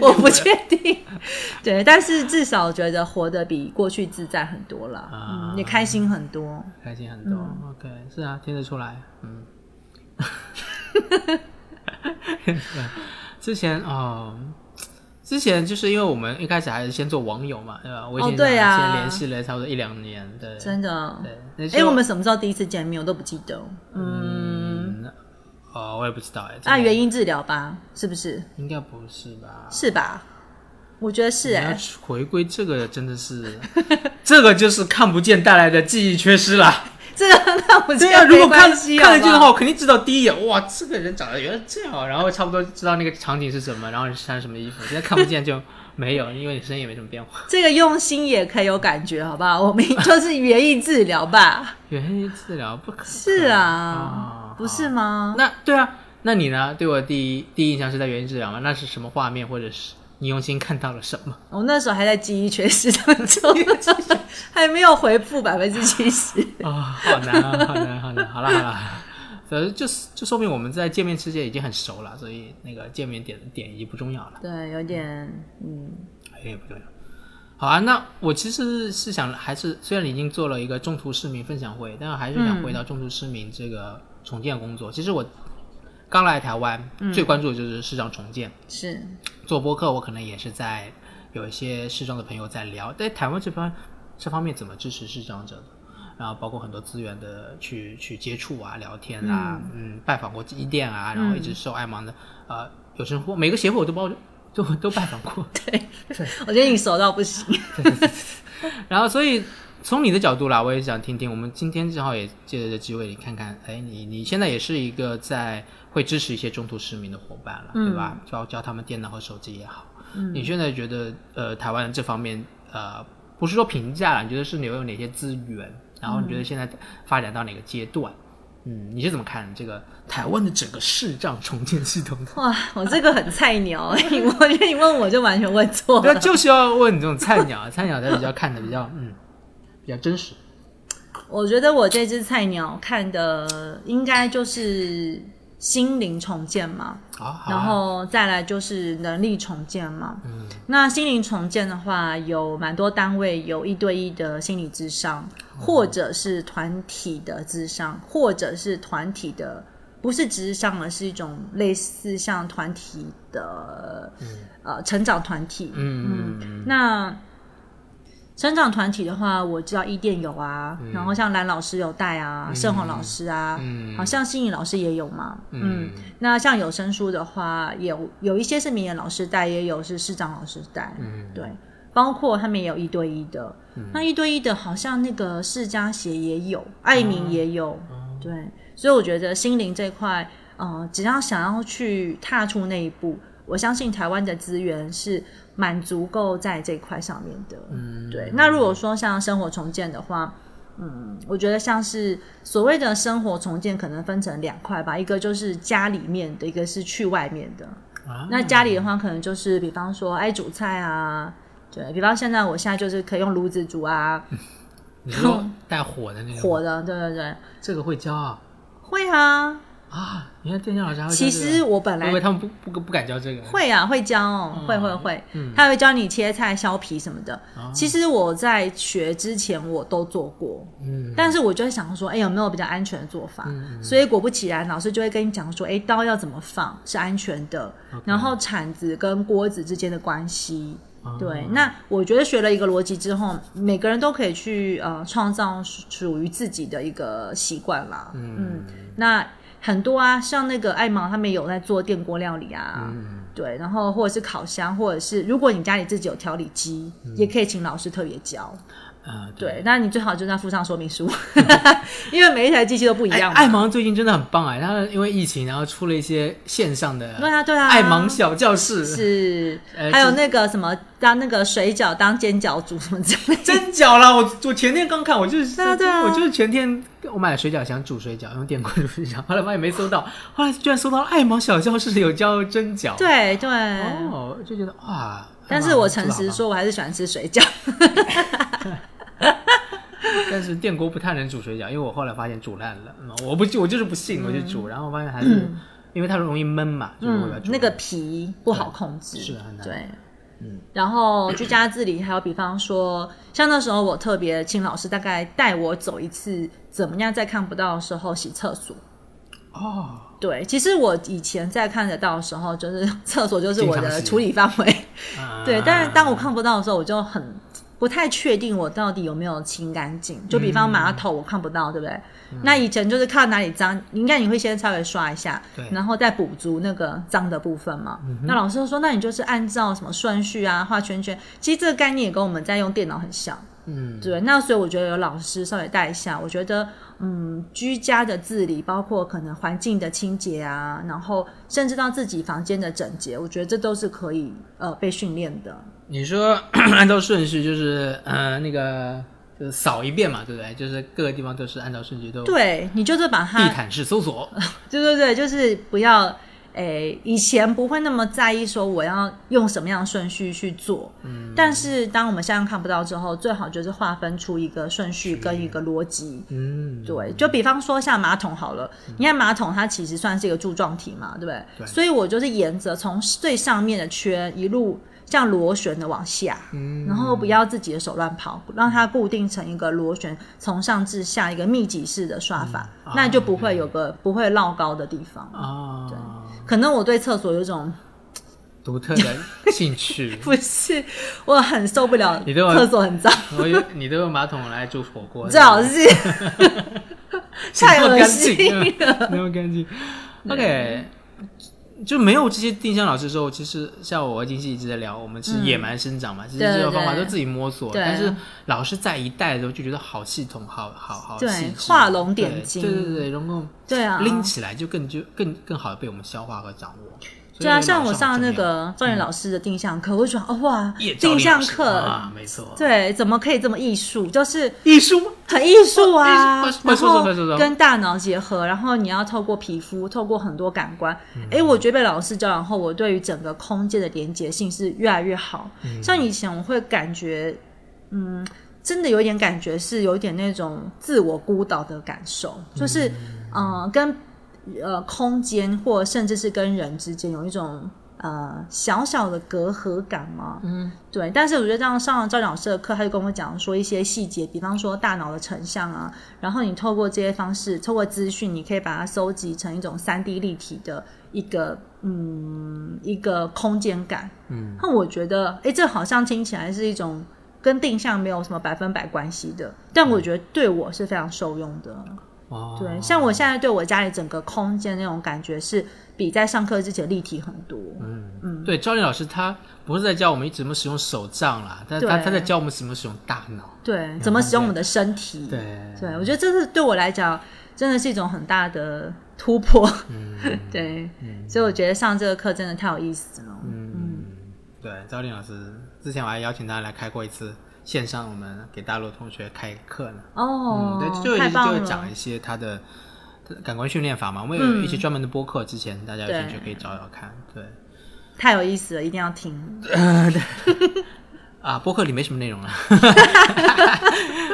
Speaker 4: 我
Speaker 3: 我
Speaker 4: 不确定。 对，但是至少觉得活得比过去自在很多了，
Speaker 3: 啊
Speaker 4: 嗯，也开心很多。
Speaker 3: 开心很多。OK，是嗯啊，听得出来，嗯。 之前哦，之前就是因为我们一开始还是先做网友嘛，对吧？我已经、
Speaker 4: 对啊
Speaker 3: 先联系了差不多一两年，对，
Speaker 4: 真的。
Speaker 3: 对。那时
Speaker 4: 哎、
Speaker 3: 候
Speaker 4: 我们什么时候第一次见面？我都不记得。
Speaker 3: 嗯，哦，我也不知道哎，
Speaker 4: 那、啊原
Speaker 3: 因
Speaker 4: 因治疗吧，是不是？
Speaker 3: 应该不是吧？
Speaker 4: 是吧？我觉得是
Speaker 3: 你
Speaker 4: 哎、
Speaker 3: 要回归这个真的是，这个就是看不见带来的记忆缺失了。
Speaker 4: 这个那 我觉
Speaker 3: 对啊，
Speaker 4: 得
Speaker 3: 如果
Speaker 4: 没
Speaker 3: 看
Speaker 4: 关系
Speaker 3: 看得见的话，
Speaker 4: 好
Speaker 3: 我肯定知道第一眼，哇，这个人长得原来这样啊，然后差不多知道那个场景是什么，然后是穿什么衣服。现在看不见就没有，因为你身上也没什么变
Speaker 4: 不
Speaker 3: 化。
Speaker 4: 好这个用心也可以有感觉，好不好？我们 就是原因治疗吧。
Speaker 3: 原因治疗不可
Speaker 4: 是
Speaker 3: 啊
Speaker 4: 啊，不是吗？
Speaker 3: 那对啊，那你呢？对我第一第一印象是在原因治疗吗？那是什么画面，或者是你用心看到了什么？
Speaker 4: 我那时候还在记忆缺失当中， 还没有回复百分之七十。
Speaker 3: 啊、好难啊，好难，好难。好了好 了，反正就是就说明我们在见面之间已经很熟了，所以那个见面点点已经不重要了。
Speaker 4: 对，有点嗯，
Speaker 3: 哎，也不对。好啊，那我其实是想，还是虽然已经做了一个中途市民分享会，但还是想回到中途市民这个重建工作。其实我刚来台湾，最关注的就是市政重建。
Speaker 4: 是
Speaker 3: 做播客，我可能也是在有一些市政的朋友在聊，在台湾这方这方面怎么支持视障者的，然后包括很多资源的去去接触啊、聊天啊，嗯拜访过一店啊，然后一直受爱盲的、呃有声或每个协会我都包都都拜访过。
Speaker 4: 我觉得你熟到不行。
Speaker 3: 然后，所以从你的角度啦，我也想听听。我们今天正好也借着这机会，你看看，哎，你你现在也是一个在会支持一些中途失明的伙伴了，对吧？教教他们电脑和手机也好。你现在觉得，呃，台湾这方面，呃，不是说评价了，你觉得是你有哪些资源？然后你觉得现在发展到哪个阶段？嗯，你是怎么看这个台湾的整个视障重建系统的？
Speaker 4: 哇，我这个很菜鸟，你我觉得你问我就完全问错
Speaker 3: 对啊，
Speaker 4: 了。
Speaker 3: 就是要问你这种菜鸟，啊菜鸟才比较看的比较，嗯，比较真实。
Speaker 4: 我觉得我这只菜鸟看的应该就是心灵重建嘛，
Speaker 3: 好，好啊
Speaker 4: 然后再来就是能力重建嘛。
Speaker 3: 嗯
Speaker 4: 那心灵重建的话，有蛮多单位有一对一的心理咨商，
Speaker 3: 哦
Speaker 4: 或者是团体的咨商，或者是团体的。不是智商，而是一种类似像团体的、呃成长团体，
Speaker 3: 嗯嗯
Speaker 4: 那成长团体的话，我知道伊甸有啊，然后像蓝老师有带啊，盛宏老师啊，
Speaker 3: 嗯
Speaker 4: 好像心颖老师也有嘛。
Speaker 3: 嗯
Speaker 4: 那像有声书的话，有有一些是明眼老师带，也有是市长老师带，
Speaker 3: 嗯
Speaker 4: 对，包括他们也有一对一的。那一对一的，好像那个世家协也有，爱
Speaker 3: 哦
Speaker 4: 民也有，对，所以我觉得心灵这块，呃，只要想要去踏出那一步，我相信台湾的资源是蛮足够在这一块上面的。
Speaker 3: 嗯，
Speaker 4: 对，那如果说像生活重建的话，嗯，我觉得像是所谓的生活重建，可能分成两块吧，一个就是家里面的，一个是去外面的。
Speaker 3: 啊
Speaker 4: 那家里的话，可能就是比方说爱煮菜啊，对比方现在我现在就是可以用炉子煮啊，
Speaker 3: 你说带火的那种
Speaker 4: 嗯火的，对对对，
Speaker 3: 这个会教啊
Speaker 4: 会啊。
Speaker 3: 啊！你看电竞老师还会教这
Speaker 4: 其
Speaker 3: 个，
Speaker 4: 实我本
Speaker 3: 我
Speaker 4: 来
Speaker 3: 以为他们不不不敢教这个，
Speaker 4: 会啊，会教哦，会会会，他会教你切菜、削皮什么的。其实我在学之前我都做过，
Speaker 3: 嗯
Speaker 4: 但是我就会想说，哎、有没有比较安全的做法？所以果不其然，老师就会跟你讲说，哎、刀要怎么放是安全的然后铲子跟锅子之间的关系。对，那我觉得学了一个逻辑之后，每个人都可以去呃创造属属于自己的一个习惯啦。嗯，那很多啊，像那个爱芒他们有在做电锅料理啊，对，然后或者是烤箱，或者是如果你家里自己有调理机，也可以请老师特别教。
Speaker 3: 啊
Speaker 4: 对，。那你最好就是要附上说明书，因为每一台机器都不一
Speaker 3: 哎
Speaker 4: 样嘛。
Speaker 3: 爱盲最近真的很棒哎，他因为疫情，然后出了一些线上的
Speaker 4: 对啊对啊
Speaker 3: 爱盲小教室
Speaker 4: 是
Speaker 3: 呃，
Speaker 4: 还有
Speaker 3: 这
Speaker 4: 那个什么当那个水饺当煎饺煮什么之类 的。
Speaker 3: 真假啦！我我前天刚看，我就是
Speaker 4: 对啊对啊
Speaker 3: 我就是前天我买了水饺，想煮水饺，用电锅煮水饺，后来发现没搜到，后来居然搜到了爱盲小教室有教蒸饺，
Speaker 4: 对对，
Speaker 3: 哦，就觉得哇！
Speaker 4: 但是
Speaker 3: 爱盲
Speaker 4: 我
Speaker 3: 做
Speaker 4: 诚
Speaker 3: 得好
Speaker 4: 实
Speaker 3: 棒
Speaker 4: 说，我还是喜欢吃水饺。
Speaker 3: 但是电锅不太能煮水饺，因为我后来发现煮烂了，嗯我不我就是不信，我就煮，然后发现还是因为它容易闷嘛，就是我把它
Speaker 4: 嗯，
Speaker 3: 煮
Speaker 4: 那个皮不好
Speaker 3: 对
Speaker 4: 控制，
Speaker 3: 是很难
Speaker 4: 对，嗯。然后居家自理，还有比方说，像那时候我特别请老师大概带我走一次，怎么样在看不到的时候洗厕所。
Speaker 3: 哦，
Speaker 4: 对，其实我以前在看得到的时候，就是厕所就是我
Speaker 3: 经常
Speaker 4: 的
Speaker 3: 洗
Speaker 4: 处理范围。
Speaker 3: 啊
Speaker 4: 对，但是当我看不到的时候，我就很不太确定我到底有没有清干净。就比
Speaker 3: 嗯
Speaker 4: 方马桶，我看不到，对不对？那以前就是看哪里脏，应该你会先稍微刷一下
Speaker 3: 对，嗯
Speaker 4: 然后再补足那个脏的部分嘛。那老师就说，那你就是按照什么顺序啊，画圈圈。其实这个概念也跟我们在用电脑很像。
Speaker 3: 嗯，
Speaker 4: 对，那所以我觉得有老师稍微带一下，我觉得嗯，居家的治理，包括可能环境的清洁啊，然后甚至到自己房间的整洁，我觉得这都是可以呃被训练的。
Speaker 3: 你说 按照顺序就是呃那个就是扫一遍嘛，对不对？就是各个地方都是按照顺序都
Speaker 4: 对，你就是把
Speaker 3: 地
Speaker 4: 它，
Speaker 3: 毯式搜 索，
Speaker 4: 对对对，就是不要。诶，以前不会那么在意说我要用什么样的顺序去做，嗯、但是当我们现在看不到之后，最好就是划分出一个顺序跟一个逻辑，
Speaker 3: 嗯，
Speaker 4: 对，就比方说像马桶好了，你看马桶它其实算是一个柱状体嘛，对不对？
Speaker 3: 对
Speaker 4: 所以我就是沿着从最上面的圈一路这样螺旋的往下，
Speaker 3: 嗯
Speaker 4: 然后不要自己的手乱跑，让它固定成一个螺旋，从上至下一个密集式的刷法，
Speaker 3: 嗯啊
Speaker 4: 那就不会有个不会落高的地方。
Speaker 3: 啊，
Speaker 4: 可能我对厕所有一种，
Speaker 3: 独特的兴趣
Speaker 4: 不是，我很受不了
Speaker 3: 你对我
Speaker 4: 厕所很脏，
Speaker 3: 我有你都用马桶来煮火锅，
Speaker 4: 最好是 太恶心
Speaker 3: 啊
Speaker 4: 了。
Speaker 3: 了，没有干净。OK，就没有这些定向老师的时候，其实像我和金熙一直在聊，我们是野蛮生长嘛，其实
Speaker 4: 对
Speaker 3: 这个方法
Speaker 4: 对
Speaker 3: 都自己摸索。
Speaker 4: 对
Speaker 3: 但是老师在一带的时候就觉得好系统，好好好
Speaker 4: 对
Speaker 3: 细致，
Speaker 4: 画龙点睛
Speaker 3: 对对对对，然后
Speaker 4: 对啊，
Speaker 3: 拎起来就更就更更好的被我们消化和掌握。所以
Speaker 4: 对啊，
Speaker 3: 老师
Speaker 4: 像
Speaker 3: 好
Speaker 4: 我上
Speaker 3: 重
Speaker 4: 那
Speaker 3: 要
Speaker 4: 个赵岩老师的定向课，我就觉得哦哇
Speaker 3: 叶，兆
Speaker 4: 定
Speaker 3: 林
Speaker 4: 向
Speaker 3: 老师
Speaker 4: 课
Speaker 3: 啊，没错，
Speaker 4: 对，怎么可以这么艺术？就是
Speaker 3: 艺术吗？
Speaker 4: 很艺术啊
Speaker 3: 哦艺术，快
Speaker 4: 然
Speaker 3: 说说
Speaker 4: 后
Speaker 3: 快说说
Speaker 4: 跟大脑结合，然后你要透过皮肤，透过很多感官。
Speaker 3: 嗯
Speaker 4: 哎、我觉得被老师教导后，我对于整个空间的连结性是越来越好。
Speaker 3: 嗯
Speaker 4: 像以前我会感觉，嗯，真的有点感觉是有点那种自我孤岛的感受，就是嗯、呃跟呃空间或甚至是跟人之间有一种。呃，小小的隔阂感嘛，嗯，对。但是我觉得，当上了赵老师的课，他就跟我讲说一些细节，比方说大脑的成像啊，然后你透过这些方式，透过资讯，你可以把它收集成一种三 D 立体的一个嗯一个空间感。嗯，那我觉得，哎，这好像听起来是一种跟定向没有什么百分百关系的，但我觉得对我是非常受用的。
Speaker 3: 嗯哦，
Speaker 4: 对，像我现在对我家里整个空间那种感觉是比在上课之前立体很多。
Speaker 3: 嗯对，赵丽老师他不是在教我们怎么使用手杖啦，但
Speaker 4: 对
Speaker 3: 他他在教我们怎么使用大脑。
Speaker 4: 对，怎么使用我们的身体？
Speaker 3: 对，
Speaker 4: 对，我觉得这是对我来讲真的是一种很大的突破。
Speaker 3: 嗯
Speaker 4: 对，所以我觉得上这个课真的太有意思了。
Speaker 3: 嗯对，赵丽老师之前我还邀请他来开过一次线上，我们给大陆同学开课呢。嗯
Speaker 4: 哦，
Speaker 3: 对，就
Speaker 4: 太
Speaker 3: 就
Speaker 4: 棒
Speaker 3: 会
Speaker 4: 了！嗯
Speaker 3: 讲一些他的感官训练法嘛。我们有一些专门的播客，之前大家有兴趣
Speaker 4: 对
Speaker 3: 可以找找看。对，
Speaker 4: 太有意思了，一定要听。
Speaker 3: 啊，播客里没什么内容 了。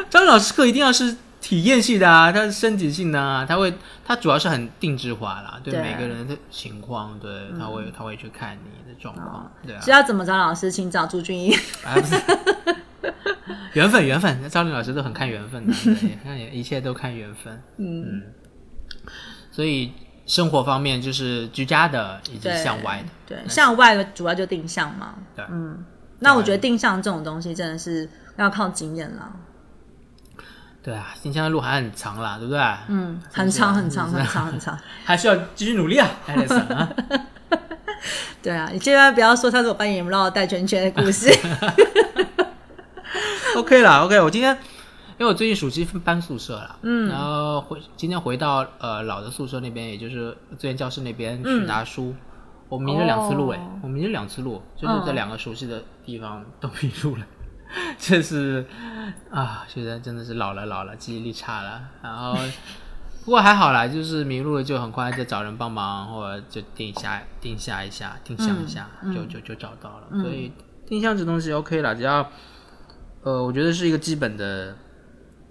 Speaker 3: 张老师课一定要是体验系的啊，它是升级性的啊，它会，它主要是很定制化啦，对
Speaker 4: 对嗯
Speaker 3: 每个人的情况，对，他会他会去看你的状
Speaker 4: 哦
Speaker 3: 况，对啊
Speaker 4: 知，道怎么找老师，请找朱俊英。
Speaker 3: 啊不是，缘分缘分，张丽老师都很看缘分的，对， 看一切都看缘分，
Speaker 4: 嗯，
Speaker 3: 所以生活方面就是居家的以及
Speaker 4: 对，
Speaker 3: 向外的，
Speaker 4: 对，向外的主要就定向嘛。
Speaker 3: 对啊
Speaker 4: 嗯，那我觉得定向这种东西真的是要靠经验
Speaker 3: 啊
Speaker 4: 啦。
Speaker 3: 对啊，新疆的路还很长啦，对不对？
Speaker 4: 嗯，很
Speaker 3: 是啊
Speaker 4: 长很长
Speaker 3: 是啊
Speaker 4: 很长很长。
Speaker 3: 还需要继续努 力啊，艾丽莎啊。
Speaker 4: 对啊，你千万不要说他是我扮演绕带圈圈的 故事。
Speaker 3: OK 啦，OK，我今天因为我最近暑期搬宿舍了，嗯，然后回今天回到呃老的宿舍那边，也就是资源教室那边去拿书。我迷了两次路哎、
Speaker 4: 哦
Speaker 3: 我迷了两次路，就是在两个熟悉的地方都迷路了， 这是啊，觉得真的是老了老了，记忆力差了。然后 不过还好啦，就是迷路了就很快再找人帮忙，或者就定下定下一下，定向一下，就就就找到了。所以定向这东西 OK 啦，只要呃，我觉得是一个基本的。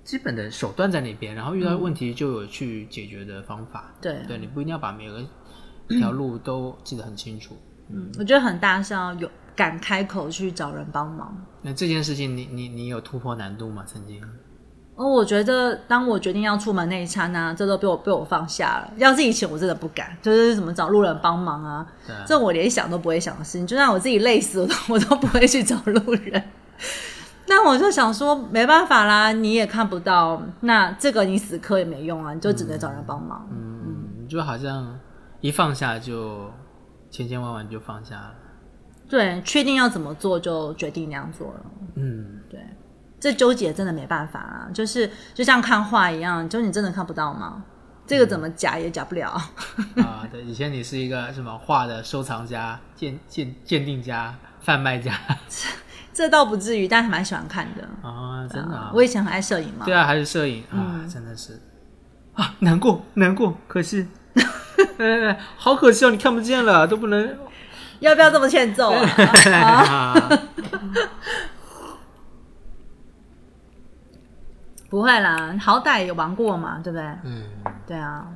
Speaker 3: 基本的手段在那边，然后遇到问题就有去解决的方法。
Speaker 4: 对
Speaker 3: 对你不一定要把每个条路都记得很清楚。
Speaker 4: 嗯，我觉得很大是要有敢开口去找人帮忙。
Speaker 3: 那这件事情你，你你有突破难度吗？曾经
Speaker 4: 哦，我觉得当我决定要出门那一刹那，这都被我被我放下了。要是以前我真的不敢，就是什么找路人帮忙啊，
Speaker 3: 对啊
Speaker 4: 这我连想都不会想的事情，就让我自己累死，我都我都不会去找路人。 那我就想说，没办法啦，你也看不到，那这个你死磕也没用啊，你就只能找人帮忙。
Speaker 3: 嗯，就好像一放下就千千万万就放下了。
Speaker 4: 对，确定要怎么做就决定那样做了。
Speaker 3: 嗯，
Speaker 4: 对，这纠结真的没办法啊，就是就像看画一样，就你真的看不到吗？这
Speaker 3: 嗯
Speaker 4: 个怎么假也假不了。
Speaker 3: 啊，对，以前你是一个什么画的收藏家、鉴鉴鉴定家、贩卖家
Speaker 4: 这倒不至于，但还蛮喜欢看的。
Speaker 3: 啊，真的、啊，
Speaker 4: 我以前很爱摄影嘛。
Speaker 3: 对啊，还是摄影啊，真的是啊，难过难过，可惜， 哎好可惜哦，你看不见了，都不 能
Speaker 4: 要不要这么欠 揍啊？啊
Speaker 3: 啊，
Speaker 4: 不会啦，好歹也玩过嘛，对不对？
Speaker 3: 嗯，
Speaker 4: 对啊，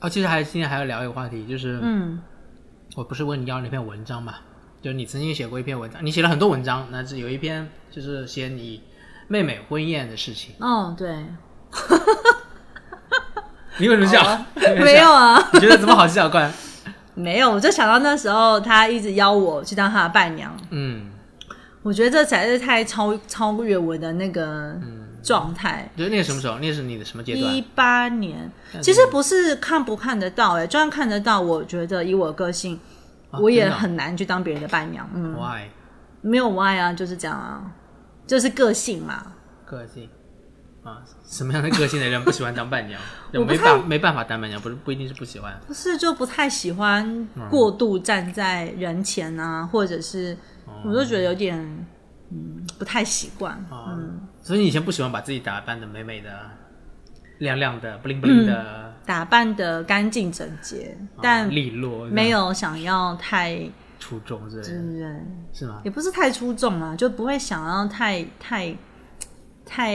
Speaker 3: 哦，其实还今天还要聊一个话题，就是
Speaker 4: 嗯，
Speaker 3: 我不是问你要那篇文章嘛，就是你曾经写过一篇文章，你写了很多文章，那是有一篇就是写你妹妹婚宴的事情，
Speaker 4: 哦，对，
Speaker 3: 你为什么笑？
Speaker 4: 哦没有，啊，
Speaker 3: 你觉得怎么好笑？快，
Speaker 4: 没有，我就想到那时候他一直邀我去当他的伴娘，
Speaker 3: 嗯，
Speaker 4: 我觉得这才是太超超越我的那个
Speaker 3: 嗯
Speaker 4: 状态。
Speaker 3: 就是那是什么时候？那是你的什么阶
Speaker 4: 一
Speaker 3: 段？
Speaker 4: 八年，其实不是看不看得到、欸，哎，就算看得到，我觉得以我个性，
Speaker 3: 啊
Speaker 4: 我也
Speaker 3: 真的啊
Speaker 4: 很难去当别人的伴娘。嗯，
Speaker 3: why
Speaker 4: 没有 why 啊，就是这样啊，就是个性嘛。
Speaker 3: 个性啊，什么样的个性的人不喜欢当伴 娘？就
Speaker 4: 我不
Speaker 3: 没
Speaker 4: 太
Speaker 3: 办没办法当伴娘，不是不一定是不喜欢。
Speaker 4: 不是就不太喜欢
Speaker 3: 嗯
Speaker 4: 过度站在人前啊，或者是
Speaker 3: 哦
Speaker 4: 我就觉得有点嗯不太习惯。
Speaker 3: 啊，
Speaker 4: 嗯
Speaker 3: 所以你以前不喜欢把自己打扮的美美的、亮亮的、bling bling 的，
Speaker 4: 打扮的干净整洁，
Speaker 3: 啊
Speaker 4: 嗯但
Speaker 3: 利落，
Speaker 4: 没有想要太，
Speaker 3: 出众之类
Speaker 4: 对
Speaker 3: 的，
Speaker 4: 不对？
Speaker 3: 是吗？
Speaker 4: 也不是太出众啊，就不会想要太太太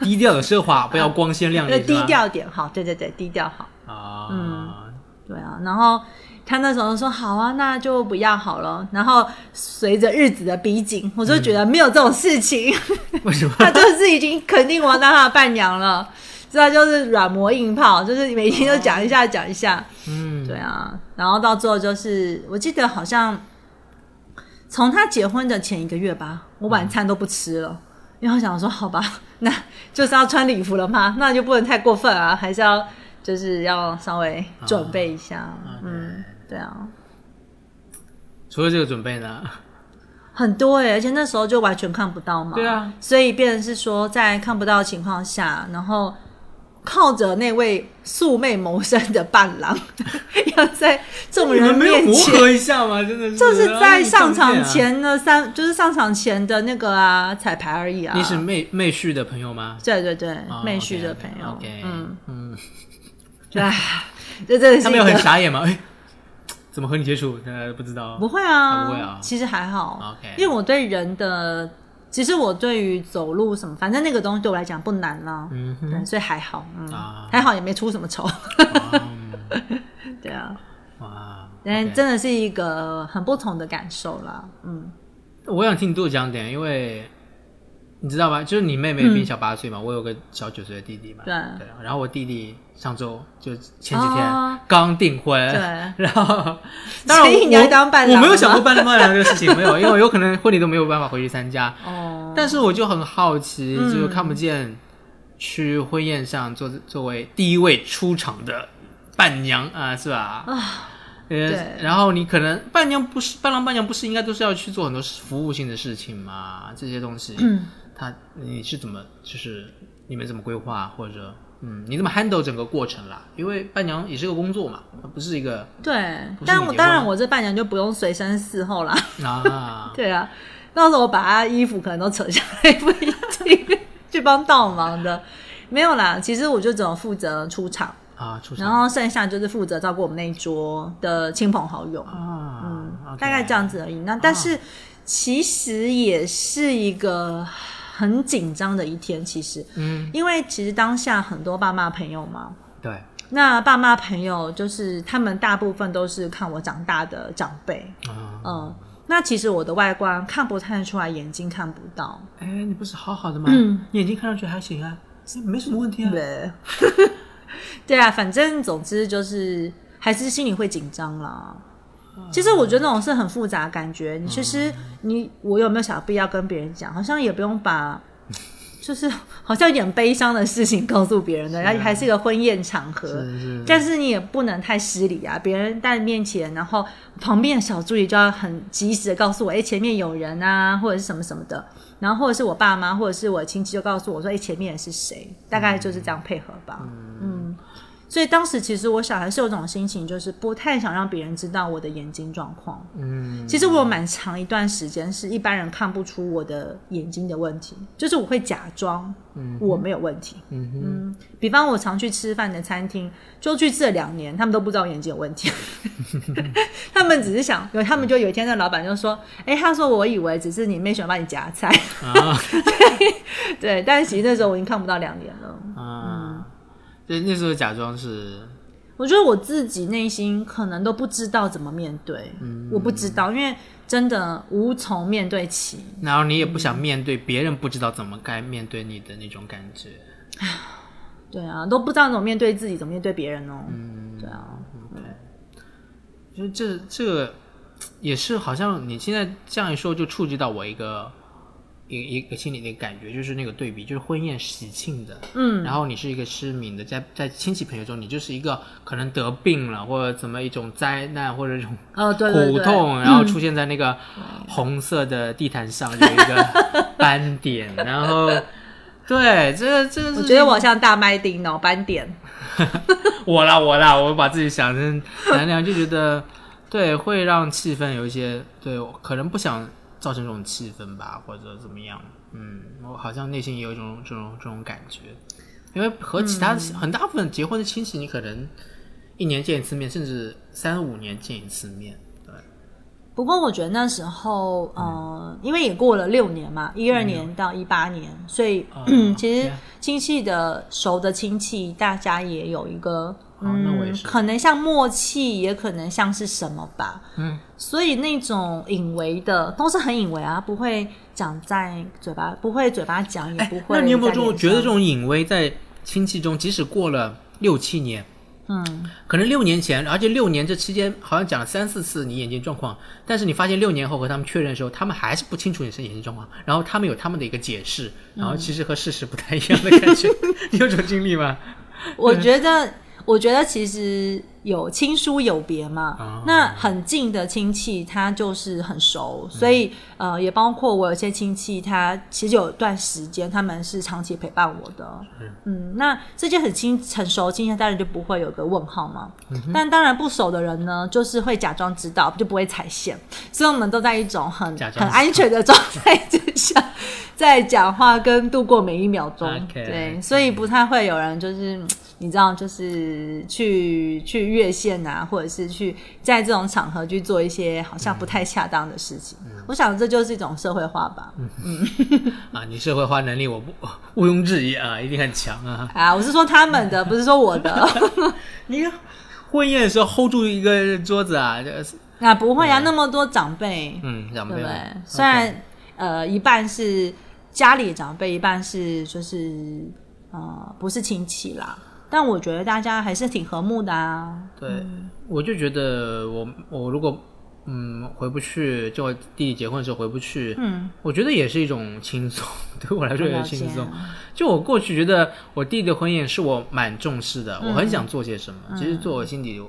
Speaker 3: 低调的奢 华，不要光鲜亮丽，
Speaker 4: 呃
Speaker 3: 是吧
Speaker 4: 低调点好，对对对，低调好，
Speaker 3: 啊。
Speaker 4: 对啊。然后他那时候说好啊，那就不要好了。然后随着日子的逼近，我就觉得没有这种事情。
Speaker 3: 为什么？
Speaker 4: 他就是已经肯定我要当他的伴娘了，所以他就是软磨硬泡，就是每天都讲一下讲一下，
Speaker 3: 嗯，
Speaker 4: 对啊，然后到最后就是我记得好像从他结婚的前一个月吧，我
Speaker 3: 嗯
Speaker 4: 晚餐都不吃了，因为我想说好吧，那就是要穿礼服了嘛，那就不能太过分啊，还是要就是要稍微
Speaker 3: 啊
Speaker 4: 准备一下，嗯，对啊。
Speaker 3: 除了这个准备呢？
Speaker 4: 很多哎、而且那时候就完全看不到嘛。
Speaker 3: 对啊，
Speaker 4: 所以变成是说，在看不到的情况下，然后靠着那位素昧谋生的伴郎， 要在众
Speaker 3: 你
Speaker 4: 人
Speaker 3: 们没有
Speaker 4: 面
Speaker 3: 磨
Speaker 4: 前，
Speaker 3: 合一下吗？真的是，
Speaker 4: 就是在上场
Speaker 3: 啊。
Speaker 4: 前的三，就是上场前的那个啊彩排而已啊。
Speaker 3: 你是妹妹婿的朋友吗？
Speaker 4: 对对对，
Speaker 3: 啊
Speaker 4: 嗯妹婿的朋友
Speaker 3: OK，OK，
Speaker 4: 嗯，
Speaker 3: 嗯，
Speaker 4: 对， 这真的
Speaker 3: 他
Speaker 4: 是
Speaker 3: 没
Speaker 4: 一
Speaker 3: 有很
Speaker 4: 个
Speaker 3: 傻眼吗？哎，怎么和你接触？呃，不知道。
Speaker 4: 不会
Speaker 3: 啊
Speaker 4: 啊，
Speaker 3: 不会啊
Speaker 4: 其实还好
Speaker 3: OK
Speaker 4: 因为我对人的，其实我对于走路什么，反正那个东西对我来讲不难啦，
Speaker 3: 嗯哼
Speaker 4: 对，所以还好，嗯，
Speaker 3: 啊
Speaker 4: 还好也没出什么丑，
Speaker 3: 嗯
Speaker 4: 对啊，
Speaker 3: 哇，
Speaker 4: 但
Speaker 3: OK
Speaker 4: 真的是一个很不同的感受啦，嗯，
Speaker 3: 我想听你多讲点，因为你知道吗？就是你妹妹比你小八岁嘛，我有个小九岁的弟弟嘛。
Speaker 4: 嗯对
Speaker 3: 然后我弟弟上周就前几天
Speaker 4: 哦
Speaker 3: 刚订婚。
Speaker 4: 对。
Speaker 3: 然后，当然
Speaker 4: 所以
Speaker 3: 我
Speaker 4: 你还当伴郎
Speaker 3: 我
Speaker 4: 吗
Speaker 3: 没有想过伴伴郎这个事情，没有，因为我有可能婚礼都没有办法回去参加。
Speaker 4: 哦，
Speaker 3: 但是我就很好奇，
Speaker 4: 嗯
Speaker 3: 就是看不见去婚宴上作作为第一位出场的伴娘啊、是吧？
Speaker 4: 啊，
Speaker 3: 呃
Speaker 4: 对，
Speaker 3: 然后你可能伴娘不是伴郎伴娘不是应该都是要去做很多服务性的事情嘛？这些东西，
Speaker 4: 嗯，
Speaker 3: 他你是怎么就是你们怎么规划或者嗯你怎么 handle 整个过程啦？因为伴娘也是个工作嘛，它不是一个
Speaker 4: 对
Speaker 3: 不是，
Speaker 4: 但
Speaker 3: 你
Speaker 4: 我
Speaker 3: 结
Speaker 4: 当然
Speaker 3: 婚
Speaker 4: 我这伴娘就不用随身伺候啦，
Speaker 3: 啊
Speaker 4: 对啊，到时候我把他衣服可能都扯下来，不一定 去帮倒忙的，没有啦，其实我就只有负责出场。
Speaker 3: 啊出
Speaker 4: 然
Speaker 3: 场
Speaker 4: 后剩下就是负责照顾我们那一桌的亲朋好友，
Speaker 3: 啊，OK
Speaker 4: 嗯大概这样子而已。
Speaker 3: 啊
Speaker 4: 那但是其实也是一个很紧张的一天，其实，
Speaker 3: 嗯，
Speaker 4: 因为其实当下很多爸妈朋友嘛，
Speaker 3: 对
Speaker 4: 那爸妈朋友就是他们大部分都是看我长大的长辈，
Speaker 3: 啊
Speaker 4: 嗯，那其实我的外观看不太出来，眼睛看不到。
Speaker 3: 哎，你不是好好的吗？眼睛看上去还行啊，哎没什么问题啊。
Speaker 4: 对， 对啊，反正总之就是还是心里会紧张啦。其实我觉得那种是很复杂的感觉。你其实你我有没有想必要跟别人讲？好像也不用把，就是好像有点悲伤的事情告诉别人的，然后还是一个婚宴场合
Speaker 3: 是是，
Speaker 4: 但是你也不能太失礼啊。别人在面前，然后旁边的小助理就要很及时的告诉我，哎，前面有人啊，或者是什么什么的。然后或者是我爸妈，或者是我亲戚就告诉我说，哎，前面是谁？大概就是这样配合吧。嗯所以当时其实我小孩是有种心情，就是不太想让别人知道我的眼睛状况。
Speaker 3: 嗯，
Speaker 4: 其实我有蛮长一段时间是一般人看不出我的眼睛的问题，就是我会假装我没有问题。嗯比方我常去吃饭的餐厅，就去这两年，他们都不知道我眼睛有问题，他们只是想，
Speaker 3: 嗯
Speaker 4: 有他们就有一天那老板就说：“哎、他说我以为只是你妹喜欢帮你夹菜，
Speaker 3: 啊
Speaker 4: 对，但其实那时候我已经看不到两年了。”
Speaker 3: 啊，对，那时候假装是
Speaker 4: 我觉得我自己内心可能都不知道怎么面对，
Speaker 3: 嗯
Speaker 4: 我不知道，因为真的无从面对起。
Speaker 3: 然后你也不想面对别人不知道怎么该面对你的那种感觉。
Speaker 4: 对啊，都不知道怎么面对自己，怎么面对别人哦。
Speaker 3: 嗯
Speaker 4: 对啊，
Speaker 3: 就是这这个也是好像你现在这样一说，就触及到我一个一一个心里的一个感觉，就是那个对比，就是婚宴喜庆的，嗯，然后你是一个失明的，在在亲戚朋友中，你就是一个可能得病了或者怎么一种灾难或者一种
Speaker 4: 哦，对对嗯
Speaker 3: 苦
Speaker 4: 对，
Speaker 3: 痛，然后出现在那个红色的地毯上有一 个斑点，然后对，这个这个是
Speaker 4: 我觉得我像大麦町哦，斑点。
Speaker 3: 我啦我啦，我把自己想成南梁，就觉得对，会让气氛有一些对，我可能不想造成这种气氛吧，或者怎么样。嗯，我好像内心也有一种这种这种感觉，因为和其他、
Speaker 4: 嗯
Speaker 3: 很大部分结婚的亲戚，你可能一年见一次面，甚至三五年见一次面。对，
Speaker 4: 不过我觉得那时候，
Speaker 3: 嗯
Speaker 4: 呃，因为也过了六年嘛，一二年到一八年，所以、嗯
Speaker 3: 哦
Speaker 4: 其实
Speaker 3: yeah
Speaker 4: 亲戚的熟的亲戚，大家也有一个，
Speaker 3: 哦那我也
Speaker 4: 嗯，
Speaker 3: 是
Speaker 4: 可能像默契，也可能像是什么吧，
Speaker 3: 嗯，
Speaker 4: 所以那种隐微的都是很隐微啊，不会讲在嘴巴，不会嘴巴讲，也不会。
Speaker 3: 哎那你有没有这种觉得这？种隐微在亲戚中，即使过了六七年，
Speaker 4: 嗯，
Speaker 3: 可能六年前，而且六年这期间好像讲了三四次你眼睛状况，但是你发现六年后和他们确认的时候，他们还是不清楚你是眼睛状况，然后他们有他们的一个解释，然后其实和事实不太一样的感觉。
Speaker 4: 嗯
Speaker 3: 你有这种经历吗？
Speaker 4: 我觉得，我觉得其实有亲疏有别嘛。
Speaker 3: 啊
Speaker 4: 那很近的亲戚，他就是很熟，所以、
Speaker 3: 嗯
Speaker 4: 呃，也包括我有些亲戚，他其实有段时间他们是长期陪伴我的。嗯，那这些很亲很熟的亲戚，当然就不会有个问号嘛。
Speaker 3: 嗯
Speaker 4: 但当然不熟的人呢，就是会假装知道，就不会踩线。所以我们都在一种很
Speaker 3: 假装知道
Speaker 4: 很安全的状态之下，在讲话跟度过每一秒钟。
Speaker 3: OK，嗯
Speaker 4: 对
Speaker 3: OK
Speaker 4: 所以不太会有人就是嗯你知道，就是去去越线啊，或者是去在这种场合去做一些好像不太恰当的事情。
Speaker 3: 嗯
Speaker 4: 我想这就是一种社会化吧。
Speaker 3: 啊，你社会化能力我不毋庸置疑啊，一定很强啊。
Speaker 4: 啊，我是说他们的，不是说 我的。
Speaker 3: 你婚宴的时候 hold 住一个桌子啊，这
Speaker 4: 那、不会啊，那么多长辈，
Speaker 3: 嗯，长
Speaker 4: 对
Speaker 3: 辈
Speaker 4: 不
Speaker 3: 们
Speaker 4: 对
Speaker 3: OK？
Speaker 4: 虽然呃一半是家里的长辈，一半是就是呃不是亲戚啦，但我觉得大家还是挺和睦的啊。
Speaker 3: 对，我就觉得我我如果嗯回不去，就我弟弟结婚的时候回不去，
Speaker 4: 嗯，
Speaker 3: 我觉得也是一种轻松，对我来说也
Speaker 4: 了
Speaker 3: 是
Speaker 4: 解
Speaker 3: 轻松。就我过去觉得我弟弟的婚宴是我蛮重视的，我很想做些什么，其实做我心底。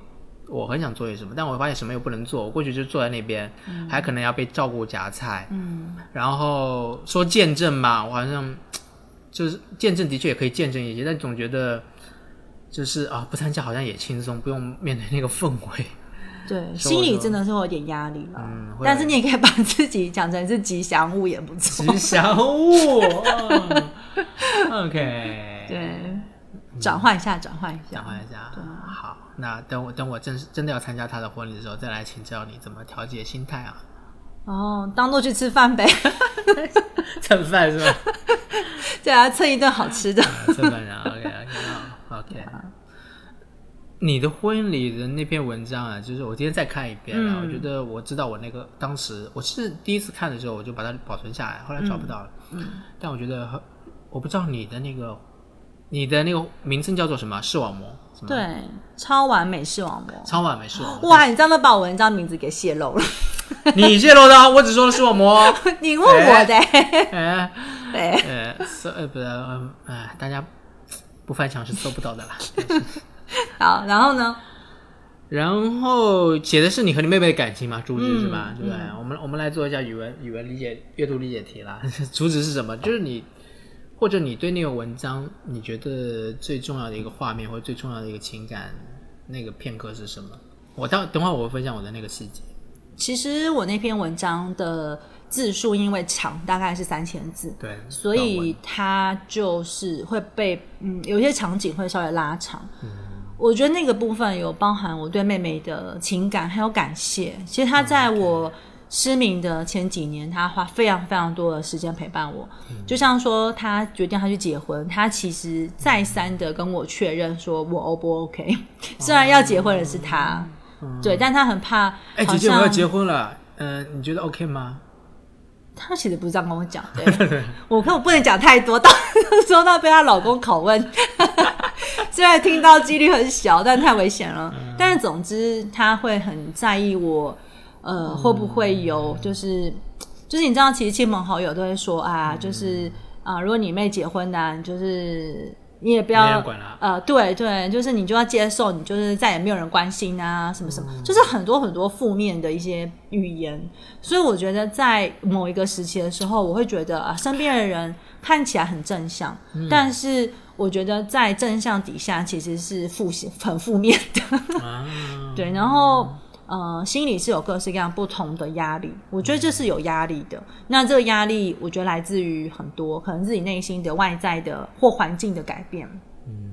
Speaker 3: 我很想做些什么，但我发现什么又不能做。我过去就坐在那边，还可能要被照顾夹菜。嗯，然后说见证嘛，我好像就是见证的确也可以见证一些，但总觉得就是啊，不参加好像也轻松，不用面对那个氛围。
Speaker 4: 对，
Speaker 3: 所以
Speaker 4: 心
Speaker 3: 我
Speaker 4: 里
Speaker 3: 说
Speaker 4: 真的是会有点压力了。
Speaker 3: 嗯会
Speaker 4: 但是你也可以把自己讲成是吉祥物，也不 错。
Speaker 3: 吉祥物、哦、，OK，，
Speaker 4: 对，转换一下，转换一下
Speaker 3: 想。嗯换一下。好，那等我等我真是真的要参加他的婚礼的时候，再来请教你怎么调节心态啊？
Speaker 4: 哦，当做去吃饭呗。
Speaker 3: 蹭饭 是吧？
Speaker 4: 对啊，蹭一顿好吃的。
Speaker 3: 蹭饭啊，OK OK OK。你的婚礼的那篇文章啊，就是我今天再看一遍了，我觉得我知道我那个当时我是第一次看的时候，我就把它保存下来，后来找不到了。但我觉得很我不知道你的那个你的那个名称叫做什么？视网膜？什么？，
Speaker 4: 对，超完美视网膜。
Speaker 3: 超完美视网膜。
Speaker 4: 哇，你这样都把我文章名字给泄露了，
Speaker 3: 你泄露的啊，我只说了视网膜 哦。
Speaker 4: 你问我的、
Speaker 3: 哎
Speaker 4: 对，
Speaker 3: 呃，搜呃不呃哎，大家不翻墙是搜不到的啦。
Speaker 4: 好，然后呢？
Speaker 3: 然后写的是你和你妹妹的感情嘛，主旨是
Speaker 4: 嗯
Speaker 3: 吧？对不对？我们我们来做一下语文语文理解阅读理解题啦。 主旨是什么？就是你或者你对那个文章你觉得最重要的一个画面或者最重要的一个情感那个片刻是什么？我到等会儿我会分享我的那个细节。
Speaker 4: 其实我那篇文章的字数因为长，大概是三千字，
Speaker 3: 对，
Speaker 4: 所以它就是会被嗯，有一些场景会稍微拉长。
Speaker 3: 嗯
Speaker 4: 我觉得那个部分有包含我对妹妹的情感还有感谢。其实她在
Speaker 3: 嗯
Speaker 4: 我失明的前几年，她花非常非常多的时间陪伴我。
Speaker 3: 嗯
Speaker 4: 就像说，她决定她去结婚，她其实再三的跟我确认说我 O 不 OK。虽
Speaker 3: 哦
Speaker 4: 然要结婚的是她，对，但她很怕。
Speaker 3: 嗯哎，
Speaker 4: 好
Speaker 3: 姐姐我要
Speaker 4: 像
Speaker 3: 结婚了，嗯、你觉得 OK 吗？
Speaker 4: 她其实不是这样跟我讲的， 我可我不能讲太多，到时候到被她老公拷问。 虽然听到几率很小，但太危险了。
Speaker 3: 嗯
Speaker 4: 但是总之，她会很在意我，呃，
Speaker 3: 嗯
Speaker 4: 会不会有就是就是你知道，其实亲朋好友都会说啊，
Speaker 3: 嗯
Speaker 4: 就是啊、如果你妹结婚呢、你就是你也不
Speaker 3: 没
Speaker 4: 要
Speaker 3: 人管了
Speaker 4: 呃，对对，就是你就要接受，你就是再也没有人关心啊，什么什么，就是很多很多负面的一些语言。所以我觉得在某一个时期的时候，我会觉得啊，身边的人看起来很正向，但是我觉得在正向底下其实是负很负面的。
Speaker 3: 啊，
Speaker 4: 对，然后呃，心里是有各式各样不同的压力，我觉得这是有压力的。那这个压力，我觉得来自于很多可能自己内心的外在的或环境的改变。嗯，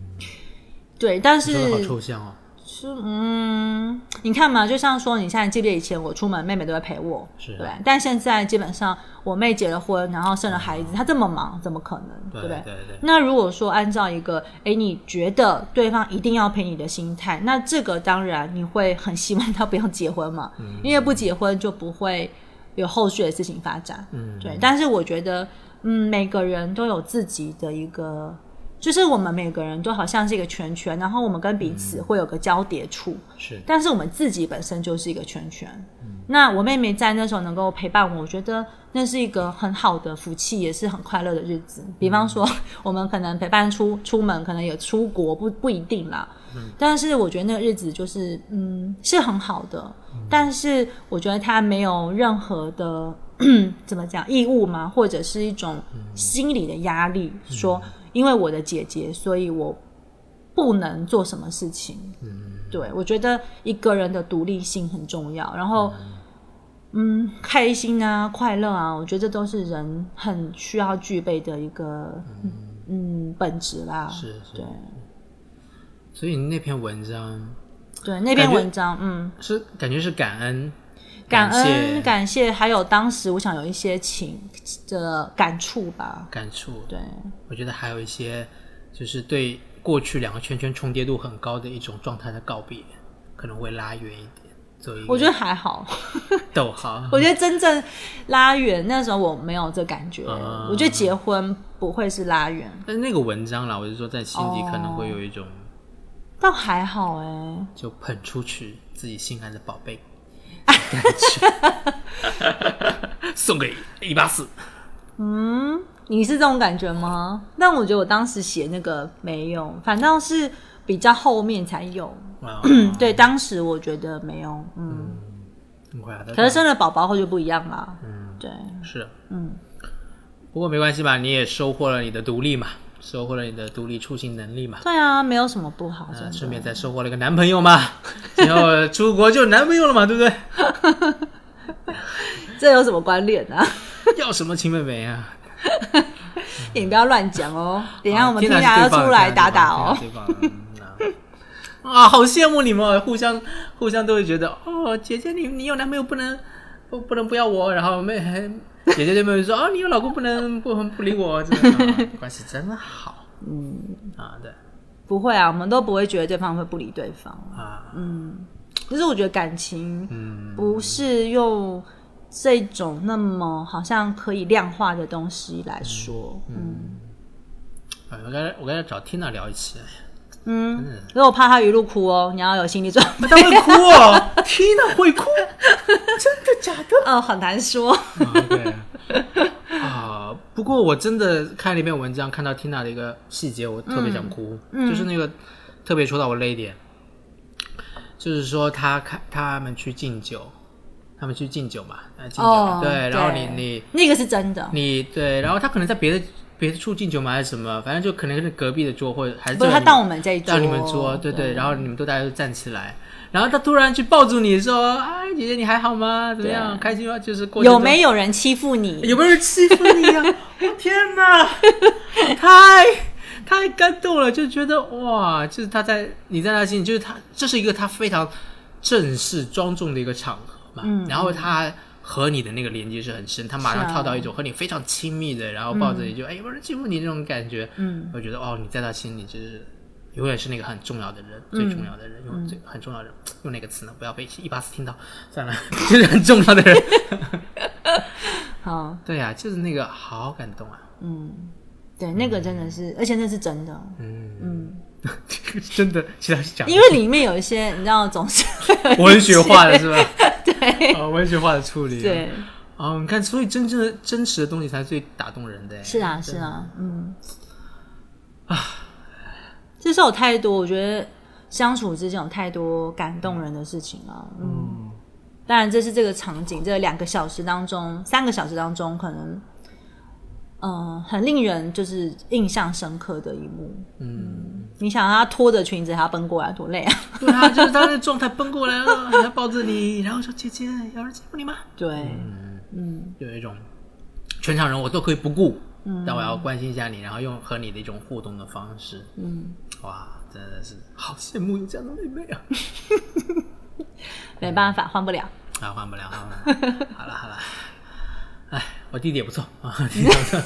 Speaker 4: 对，但
Speaker 3: 你说的好
Speaker 4: 是
Speaker 3: 抽象哦。
Speaker 4: 是嗯，你看嘛，就像说，你现在记不记得以前我出门，妹妹都会陪我，
Speaker 3: 是啊
Speaker 4: 对。但现在基本上，我妹结了婚，然后生了孩子，她这么忙，怎么可能，对不
Speaker 3: 嗯对
Speaker 4: 对？
Speaker 3: 对，
Speaker 4: 那如果说按照一个，哎，你觉得对方一定要陪你的心态，那这个当然你会很希望他不要结婚嘛，
Speaker 3: 嗯
Speaker 4: 因为不结婚就不会有后续的事情发展。
Speaker 3: 嗯
Speaker 4: 对。但是我觉得，嗯，每个人都有自己的一个，就是我们每个人都好像是一个圈圈，然后我们跟彼此
Speaker 3: 嗯
Speaker 4: 会有个交叠处。
Speaker 3: 是
Speaker 4: 但是我们自己本身就是一个圈圈。那我妹妹在那时候能够陪伴我，我觉得那是一个很好的福气，也是很快乐的日子。比方说， 我们可能陪伴出出门，可能有出国，不不一定啦。但是我觉得那个日子就是，嗯，是很好的。但是我觉得它没有任何的 怎么讲义务嘛，或者是一种心理的压力，说因为我的姐姐，所以我不能做什么事情。
Speaker 3: 嗯
Speaker 4: 对，我觉得一个人的独立性很重要。然后，嗯，开心啊，快乐啊，我觉得这都是人很需要具备的一个嗯本质啦。
Speaker 3: 是是
Speaker 4: 对。
Speaker 3: 所以你那篇文章
Speaker 4: 对，那篇
Speaker 3: 感觉
Speaker 4: 文章，嗯，
Speaker 3: 是感觉是感恩，
Speaker 4: 感
Speaker 3: 谢
Speaker 4: 恩、感谢，还有当时我想有一些情的感触吧。
Speaker 3: 感触。
Speaker 4: 对，
Speaker 3: 我觉得还有一些就是对过去两个圈圈重叠度很高的一种状态的告别，可能会拉远一点。做一个
Speaker 4: 我觉得还 好。
Speaker 3: 逗号，
Speaker 4: 我觉得真正拉远那时候我没有这感觉。
Speaker 3: 啊
Speaker 4: 我觉得结婚不会是拉远，
Speaker 3: 但是那个文章啦，我是说在心底
Speaker 4: 哦
Speaker 3: 可能会有一种
Speaker 4: 倒还好哎、
Speaker 3: 就捧出去自己心爱的宝 贝。送给一八四，
Speaker 4: 你是这种感觉吗？但我觉得我当时写那个没有，反倒是比较后面才有。
Speaker 3: 哇
Speaker 4: 对，当时我觉得没有，嗯，
Speaker 3: 很快啊！
Speaker 4: 可是生了宝宝后就不一样啦。
Speaker 3: 嗯
Speaker 4: 对，
Speaker 3: 是，
Speaker 4: 嗯，
Speaker 3: 不过没关系吧，你也收获了你的独立嘛，收获了你的独立出行能力嘛，
Speaker 4: 对啊，没有什么不好，真
Speaker 3: 呃，
Speaker 4: 的。
Speaker 3: 顺便再收获了一个男朋友 嘛，然后出国就有男朋友了嘛，对不对？
Speaker 4: 这有什么关联啊？
Speaker 3: 要什么亲妹妹啊？
Speaker 4: 你不要乱讲哦，等一下我们
Speaker 3: 啊
Speaker 4: 听
Speaker 3: 天
Speaker 4: 达
Speaker 3: 哪
Speaker 4: 要
Speaker 3: 是最棒
Speaker 4: 出
Speaker 3: 的
Speaker 4: 来
Speaker 3: 天哪
Speaker 4: 打打
Speaker 3: 是
Speaker 4: 哦。
Speaker 3: 最棒的天哪是最棒的嗯啊啊，啊好羡慕你们哦，互相互相都会觉得哦，姐姐你你有男朋友不能不不能不要我，然后妹姐姐对妹妹说哦，你有老公不能不不理我，真的、啊、关系真好，嗯啊对，
Speaker 4: 不会啊，我们都不会觉得对方会不理对方。
Speaker 3: 啊，
Speaker 4: 就是我觉得感情
Speaker 3: 嗯
Speaker 4: 不是用这种那么好像可以量化的东西来说，嗯
Speaker 3: 哎我该我该找 Tina 聊一期，
Speaker 4: 嗯，因为我怕他一路哭哦，你要有心理准 备。
Speaker 3: 他会哭哦，Tina 会哭，真的假的？
Speaker 4: 嗯，很难说。
Speaker 3: 对 啊，不过我真的看了一篇文章，看到 Tina 的一个细节，我特别想哭，
Speaker 4: 嗯
Speaker 3: 就是那个特别说到我泪点，就是说他看他们去敬酒，他们去敬酒嘛，呃敬酒嘛、
Speaker 4: 哦，
Speaker 3: 对，然后你你
Speaker 4: 那个是真的，
Speaker 3: 你对，然后他可能在别的别的处敬酒嘛还是什么，反正就可能是隔壁的桌或者还是
Speaker 4: 不是他
Speaker 3: 这个
Speaker 4: 当我们这一桌，
Speaker 3: 到你们桌，对对，然后你们都大家都站起来，然后他突然去抱住你说：“哎，姐姐你还好吗？怎么样？开心吗？”就是过程
Speaker 4: 有
Speaker 3: 中
Speaker 4: 没有人欺负 你？
Speaker 3: 有没有人欺负你 呀、我天哪，太太感动了，就觉得哇，就是他在你在他心里，就是他这是一个他非常正式庄重的一个场合嘛，
Speaker 4: 嗯
Speaker 3: 然后他。和你的那个连接是很深，他马
Speaker 4: 是
Speaker 3: 上
Speaker 4: 啊
Speaker 3: 跳到一种和你非常亲密的，然后抱着你就、哎有没有人欺负你那种感觉，
Speaker 4: 嗯，
Speaker 3: 我觉得哦你在他心里就是永远是那个很重要的人，
Speaker 4: 嗯
Speaker 3: 最重要的人，用最很重要的人用那个词呢，不要被一巴斯听到，算了， 就是很重要的 人，
Speaker 4: 好，
Speaker 3: 对呀、就是那个好感动啊！
Speaker 4: 嗯，对，那个真的是，而且那是真的，
Speaker 3: 嗯，
Speaker 4: 嗯，
Speaker 3: 真的，其他是假的，
Speaker 4: 因为里面有一些，你知道，总是会有一 些
Speaker 3: 文学化的是吧？
Speaker 4: 对
Speaker 3: 啊，文学化的处理。，
Speaker 4: 对，
Speaker 3: 哦，你看，所以真正的真实的东西才是最打动人的。
Speaker 4: 是啊，
Speaker 3: 真
Speaker 4: 是
Speaker 3: 的，
Speaker 4: 啊，嗯，啊这是有太多，我觉得相处之间有太多感动人的事情了，嗯，
Speaker 3: 嗯，
Speaker 4: 当然这是这个场景，这两个小时当中，三个小时当中，可能，嗯、很令人就是印象深刻的一幕。
Speaker 3: 嗯，
Speaker 4: 你想他拖着裙子还要奔过来，多累 啊！
Speaker 3: 对啊，就是他的状态奔过来 了，然后抱着你，然后说：“姐姐，有人欺负你吗
Speaker 4: 对，？”
Speaker 3: 嗯，有一种全场人我都可以不顾，
Speaker 4: 嗯
Speaker 3: 但我要关心一下你，然后用和你的一种互动的方式。
Speaker 4: 嗯。
Speaker 3: 哇，真的是好羡慕有这样的妹妹啊！
Speaker 4: 没办法，换不了。
Speaker 3: 啊，换不了，换不 了。好了好了，哎，我弟弟也不错啊，弟弟也不错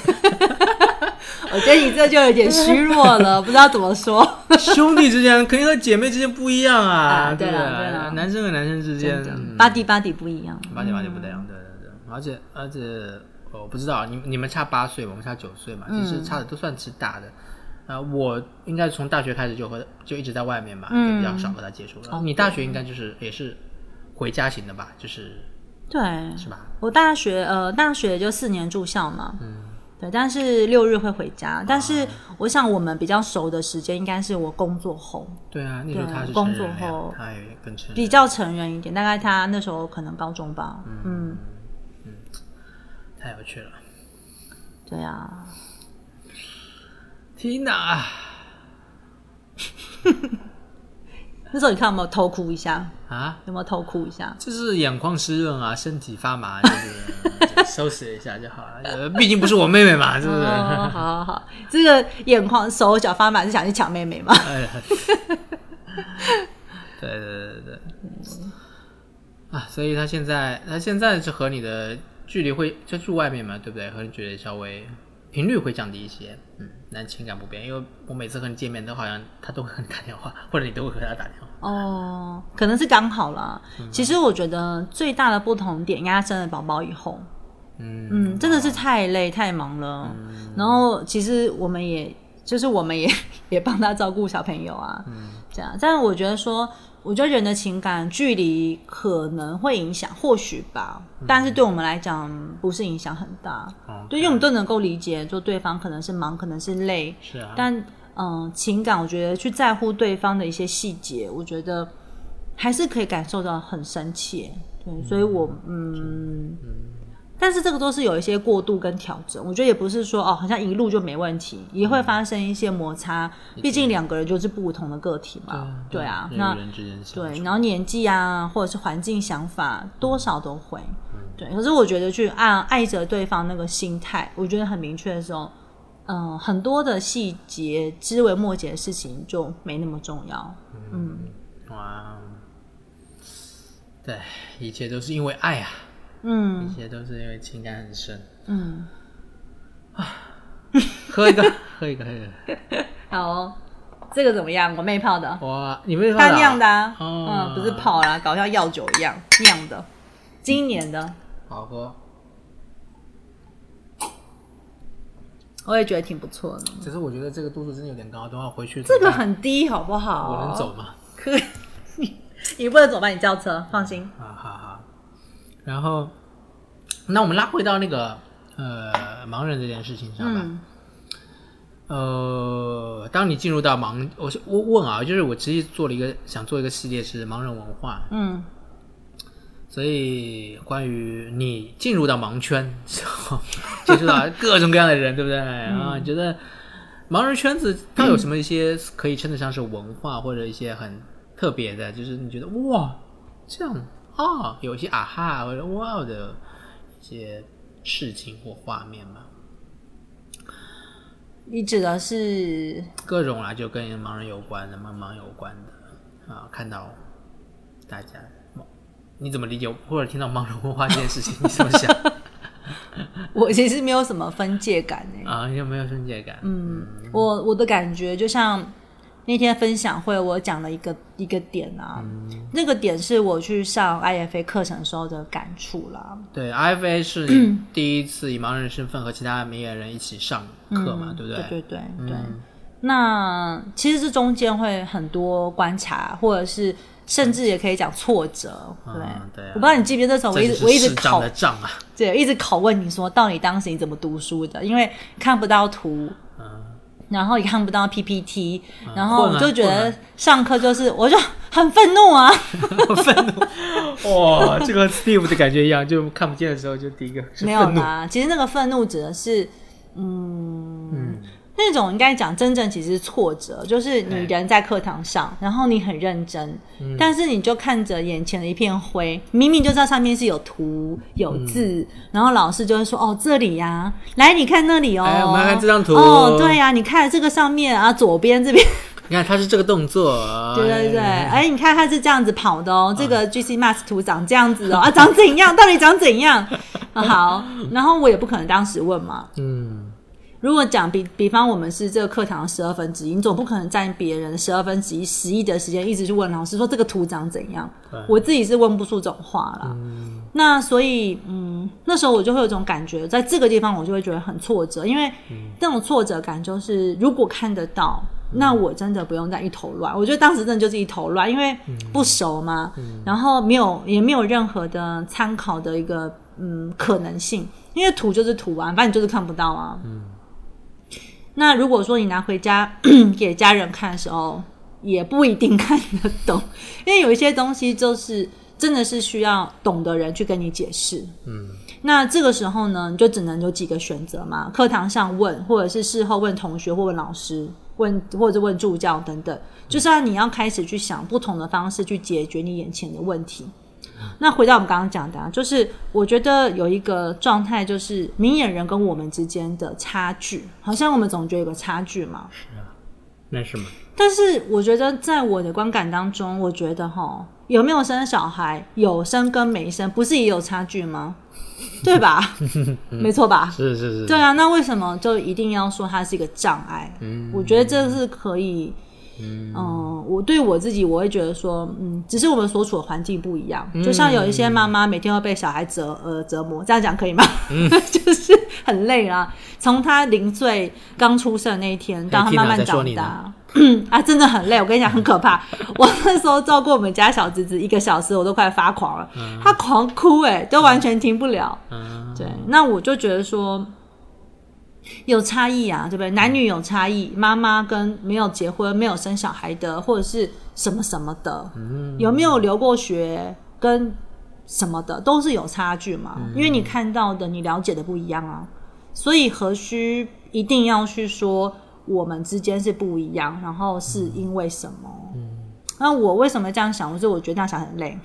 Speaker 4: 我觉得你这就有点虚弱 了，不知道怎么说。
Speaker 3: 兄弟之间肯定和姐妹之间不一样啊，
Speaker 4: 啊对
Speaker 3: 不
Speaker 4: 啦对啦
Speaker 3: 男生和男生之间
Speaker 4: 真的，嗯
Speaker 3: 嗯
Speaker 4: 巴蒂巴蒂不一样。
Speaker 3: 八九八九不太一样，对对对，而且而且我不知道啊你你们差八岁嘛，我们差九岁嘛，
Speaker 4: 嗯
Speaker 3: 其实差的都算是大的。啊，我应该从大学开始就和就一直在外面嘛，就
Speaker 4: 嗯
Speaker 3: 比较少和他接触
Speaker 4: 哦
Speaker 3: 了。你大学应该就是也是回家型的吧，就是
Speaker 4: 对，
Speaker 3: 是吧？
Speaker 4: 我大学呃，大学就四年住校嘛。对，但是六日会回家。但是我想我们比较熟的时间应该是我工作后，
Speaker 3: 对啊，那时候
Speaker 4: 对
Speaker 3: 他是
Speaker 4: 工
Speaker 3: 成人
Speaker 4: 作
Speaker 3: 了呀
Speaker 4: 后
Speaker 3: 他也更成人
Speaker 4: 比较成人一点。大概他那时候可能高中吧。嗯，
Speaker 3: 太有趣了。
Speaker 4: 对啊，
Speaker 3: 天哪！
Speaker 4: 那时候你看有没有偷哭一下？
Speaker 3: 啊，
Speaker 4: 有没有偷哭一下？
Speaker 3: 就是眼眶湿润啊，身体发 麻，就是收拾一下就好了。呃毕竟不是我妹妹 嘛，是不是？
Speaker 4: 哦，好好好，这个眼眶手脚发麻是想去抢妹妹吗？
Speaker 3: 哎呀， 对对对对对。啊，所以他现在他现在是和你的距离会就住外面嘛，对不对？和你距离稍微频率会降低一些，嗯，但情感不变，因为我每次和你见面都好像他都会和你打电话， 或者你都会和他打电话。
Speaker 4: 哦，可能是刚好啦。其实我觉得最大的不同点，应该生了宝宝以后，
Speaker 3: 嗯
Speaker 4: 嗯，真的是太累太忙了。然后其实我们也就是我们也 也帮他照顾小朋友啊，这样。但是我觉得说，我觉得人的情感距离可能会影响，或许吧，但是对我们来讲不是影响很大。
Speaker 3: 哦
Speaker 4: 对，因为我们都能够理解，说对方可能是忙，可能是累，
Speaker 3: 是啊，
Speaker 4: 但嗯、呃情感我觉得去在乎对方的一些细节，我觉得还是可以感受到很深切。对，所以我嗯，但是这个都是有一些过渡跟调整，我觉得也不是说哦，好像一路就没问题，也会发生一些摩擦，毕竟两个人就是不同的个体嘛，对啊，
Speaker 3: 人
Speaker 4: 那
Speaker 3: 与人之间相
Speaker 4: 对，
Speaker 3: 处
Speaker 4: 然后年纪啊，或者是环境、想法，多少都会。对，可是我觉得去按爱着对方那个心态，我觉得很明确的时候，嗯、很多的细节、枝微末节的事情就没那么重要。嗯
Speaker 3: 哇，哦对，一切都是因为爱啊，一
Speaker 4: 嗯
Speaker 3: 切都是因为情感很深。
Speaker 4: 嗯，
Speaker 3: 喝一个，喝一个，喝一个。
Speaker 4: 好、哦，这个怎么样？我妹泡的，
Speaker 3: 哇，你们
Speaker 4: 她酿的、啊，
Speaker 3: 哦
Speaker 4: 嗯，不是泡啦，搞得像药酒一样酿的，今年的，
Speaker 3: 好喝，
Speaker 4: 我也觉得挺不错的。
Speaker 3: 只是我觉得这个度数真的有点高，等会儿回去
Speaker 4: 这个
Speaker 3: 准备
Speaker 4: 很低，好不好？
Speaker 3: 我能走吗？
Speaker 4: 可以， 你为了怎么办？你叫车，放心。
Speaker 3: 啊，好好。然后，那我们拉回到那个呃盲人这件事情上吧。
Speaker 4: 嗯
Speaker 3: 呃，当你进入到盲，我是我问啊，就是我其实做了一个想做一个系列是盲人文化，
Speaker 4: 嗯，
Speaker 3: 所以关于你进入到盲圈之后，接触到各种各样的人，对不对、啊？你觉得盲人圈子它有什么一些可以称得上是文化，或者一些很特别的，就是你觉得哇这样啊，有一些啊哈或者哇的一些事情或画面嘛？
Speaker 4: 你指的是
Speaker 3: 各种啊啦、就跟盲人有关的、盲盲有关的啊，看到大家，你怎么理解或者听到盲人文化这件事情，你怎么想
Speaker 4: 我其实没有什么分界感诶、
Speaker 3: 啊？有没有分界感？
Speaker 4: 嗯，我我的感觉就像那天分享会我讲了一个一个点啊，
Speaker 3: 嗯
Speaker 4: 那个点是我去上 IFA 课程时候的感触啦。
Speaker 3: 对，IFA 是 你第一次以盲人身份和其他明眼人一起上课嘛，
Speaker 4: 嗯
Speaker 3: 对不
Speaker 4: 对
Speaker 3: 对
Speaker 4: 对对对
Speaker 3: 嗯
Speaker 4: 那其实这中间会很多观察，或者是甚至也可以讲挫折，
Speaker 3: 嗯
Speaker 4: 对。
Speaker 3: 对啊
Speaker 4: 我不知道你记不记得那时候，我一
Speaker 3: 这就
Speaker 4: 直
Speaker 3: 是
Speaker 4: 我一直
Speaker 3: 视障
Speaker 4: 考
Speaker 3: 的障啊，
Speaker 4: 对，一直拷问你说，到底当时你怎么读书的？因为看不到图，
Speaker 3: 嗯，
Speaker 4: 然后也看不到 PPT，、然后
Speaker 3: 混啊
Speaker 4: 我就觉
Speaker 3: 混
Speaker 4: 得
Speaker 3: 啊
Speaker 4: 上课就是，我就很愤怒啊。
Speaker 3: 哇、这个 Steve 的感觉一样，就看不见的时候就第一个是
Speaker 4: 没有
Speaker 3: 愤怒，
Speaker 4: 啦，其实那个愤怒指的是，嗯，那种应该讲真正其实是挫折，就是你
Speaker 3: 对嗯
Speaker 4: 人在课堂上，然后你很认真，但是你就看着眼前的一片灰，明明就知道上面是有图有
Speaker 3: 嗯
Speaker 4: 字，然后老师就会说：“哦，这里呀、来你看那里哦，
Speaker 3: 哎我们来看这张图
Speaker 4: 哦，对呀、你看这个上面啊，左边这边。”
Speaker 3: 你看他是这个动作，
Speaker 4: 对对对，
Speaker 3: 哎啊
Speaker 4: 哎，你看它是这样子跑的哦，这个 GC Max 图长这样子哦，啊，长怎样？到 底长怎样？啊好，然后我也不可能当时问嘛。
Speaker 3: 嗯，
Speaker 4: 如果讲比比方我们是这个课堂十二分之一，你总不可能占别人十二分之一、十一的时间一直去问老师说这个图长怎样
Speaker 3: 对。嗯
Speaker 4: 我自己是问不出这种话啦。那所以，嗯，那时候我就会有一种感觉，在这个地方我就会觉得很挫折，因为那种挫折感就是，如果看得到，那我真的不用再一头乱。我觉得当时真的就是一头乱，因为不熟嘛，然后没有也没有任何的参考的一个嗯可能性，因为图就是图啊，反正你就是看不到啊。那如果说你拿回家 给家人看的时候，也不一定看得懂，因为有一些东西就是真的是需要懂的人去跟你解释。嗯，那这个时候呢，你就只能有几个选择嘛，课堂上问，或者是事后问同学或问老师，问或者问助教等等，就是要你要开始去想不同的方式去解决你眼前的问题。那回到我们刚刚讲的、啊，就是我觉得有一个状态，就是明眼人跟我们之间的差距，好像我们总觉得有个差距嘛。
Speaker 3: 那是吗？
Speaker 4: 但是我觉得，在我的观感当中，我觉得哈，有没有生小孩，有生跟没生，不是也有差距吗？对吧？没错吧？
Speaker 3: 是是是，
Speaker 4: 对啊，那为什么就一定要说它是一个障碍？
Speaker 3: 嗯
Speaker 4: 我觉得这是可以，嗯、我对我自己，我会觉得说，嗯，只是我们所处的环境不一样，
Speaker 3: 嗯
Speaker 4: 就像有一些妈妈每天会被小孩折呃折磨，这样讲可以吗？
Speaker 3: 嗯
Speaker 4: 就是很累啊，从他零岁刚出生的那一天到他慢慢
Speaker 3: 听啊在说
Speaker 4: 长
Speaker 3: 你
Speaker 4: 大
Speaker 3: 呢。
Speaker 4: 啊，真的很累，我跟你讲很 可怕。我那时候照顾我们家小侄子一个小时，我都快发狂了，他狂哭、哎，都完全停不了。
Speaker 3: 嗯
Speaker 4: 对，那我就觉得说有差异啊，对不对？男女有差异，妈妈跟没有结婚、没有生小孩的，或者是什么什么的，有没有留过学跟什么的，都是有差距嘛。因为你看到的、你了解的不一样啊，所以何须一定要去说我们之间是不一样，然后是因为什么？那我为什么这样想？就是我觉得这样想很累。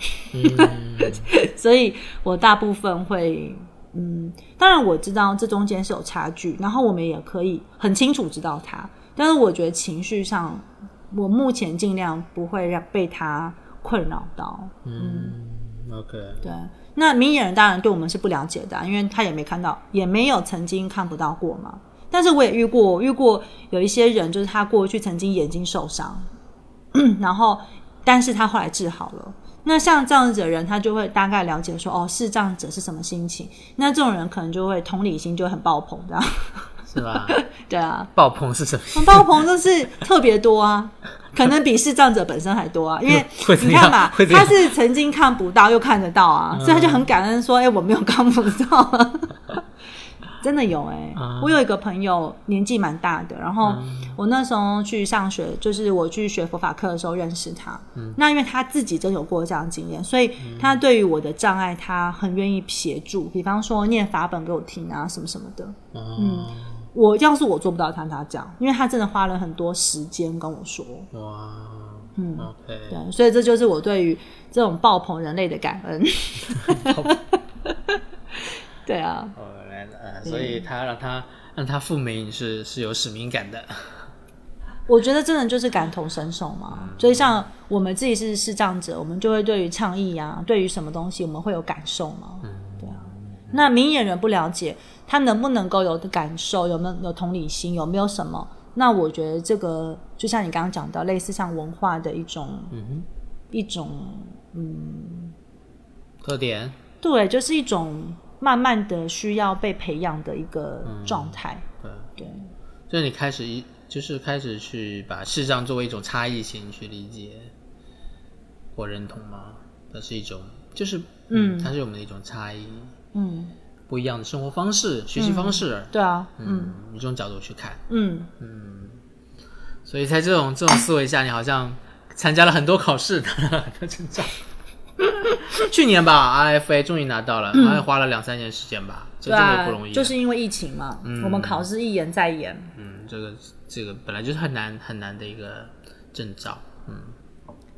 Speaker 4: 所以我大部分会，嗯，当然我知道这中间是有差距，然后我们也可以很清楚知道它，但是我觉得情绪上，我目前尽量不会让被它困扰到。
Speaker 3: 嗯，OK，
Speaker 4: 对，那明眼人当然对我们是不了解的啊、因为他也没看到，也没有曾经看不到过嘛。但是我也遇过，我遇过有一些人，就是他过去曾经眼睛受伤，然后但是他后来治好了。那像这样子的人，他就会大概了解说，哦，视障者是什么心情。那这种人可能就会同理心就会很爆棚，这样
Speaker 3: 是吧？
Speaker 4: 对啊，
Speaker 3: 爆棚是什么？
Speaker 4: 爆棚就是特别多啊，可能比视障者本身还多啊，因为
Speaker 3: 会怎
Speaker 4: 你
Speaker 3: 样
Speaker 4: 看嘛
Speaker 3: 会，怎样嗯
Speaker 4: 他是曾经看不到又看得到啊，所以他就很感恩说：“哎、我没有看不到、 啊。”真的有哎、
Speaker 3: 啊嗯
Speaker 4: 我有一个朋友年纪蛮大的，然后我那时候去上学，就是我去学佛法课的时候认识他。
Speaker 3: 嗯
Speaker 4: 那因为他自己真有过这样的经验，所以他对于我的障碍，他很愿意协助，比方说念法本给我听啊，什么什么的。
Speaker 3: 嗯，
Speaker 4: 我要是我做不到，像他这样，因为他真的花了很多时间跟我说。
Speaker 3: 哇，
Speaker 4: 嗯
Speaker 3: ，OK，
Speaker 4: 对，所以这就是我对于这种爆棚人类的感恩。对啊，
Speaker 3: 我来了，呃所以他让他让他复明是是有使命感的，
Speaker 4: 我觉得真的就是感同身受嘛。所以像我们自己是视障者，我们就会对于倡议啊，对于什么东西，我们会有感受嘛。对啊。那明眼人不了解，他能不能够有的感受，有没有有同理心，有没有什么？那我觉得这个就像你刚刚讲到，类似像文化的一种，一种
Speaker 3: 特点，
Speaker 4: 对，就是一种慢慢的需要被培养的一个状态。
Speaker 3: 对，
Speaker 4: 对，
Speaker 3: 就是你开始一就是开始去把视障作为一种差异性去理解或认同吗？它是一种，就是
Speaker 4: 嗯
Speaker 3: 它是我们的一种差异，
Speaker 4: 嗯，
Speaker 3: 不一样的生活方式、学习方式，
Speaker 4: 对啊，嗯
Speaker 3: 嗯，以这种角度去看，
Speaker 4: 嗯，
Speaker 3: 所以在这种这种思维下，你好像参加了很多考试，拿 了很多证 照。去年吧，RFA 终于拿到了，好像花了两三年时间吧，这
Speaker 4: 嗯对
Speaker 3: 真的
Speaker 4: 啊
Speaker 3: 不容易。，
Speaker 4: 就是因为疫情嘛，我们考试一延再延。
Speaker 3: 嗯，这个这个本来就是很难很难的一个证照，嗯，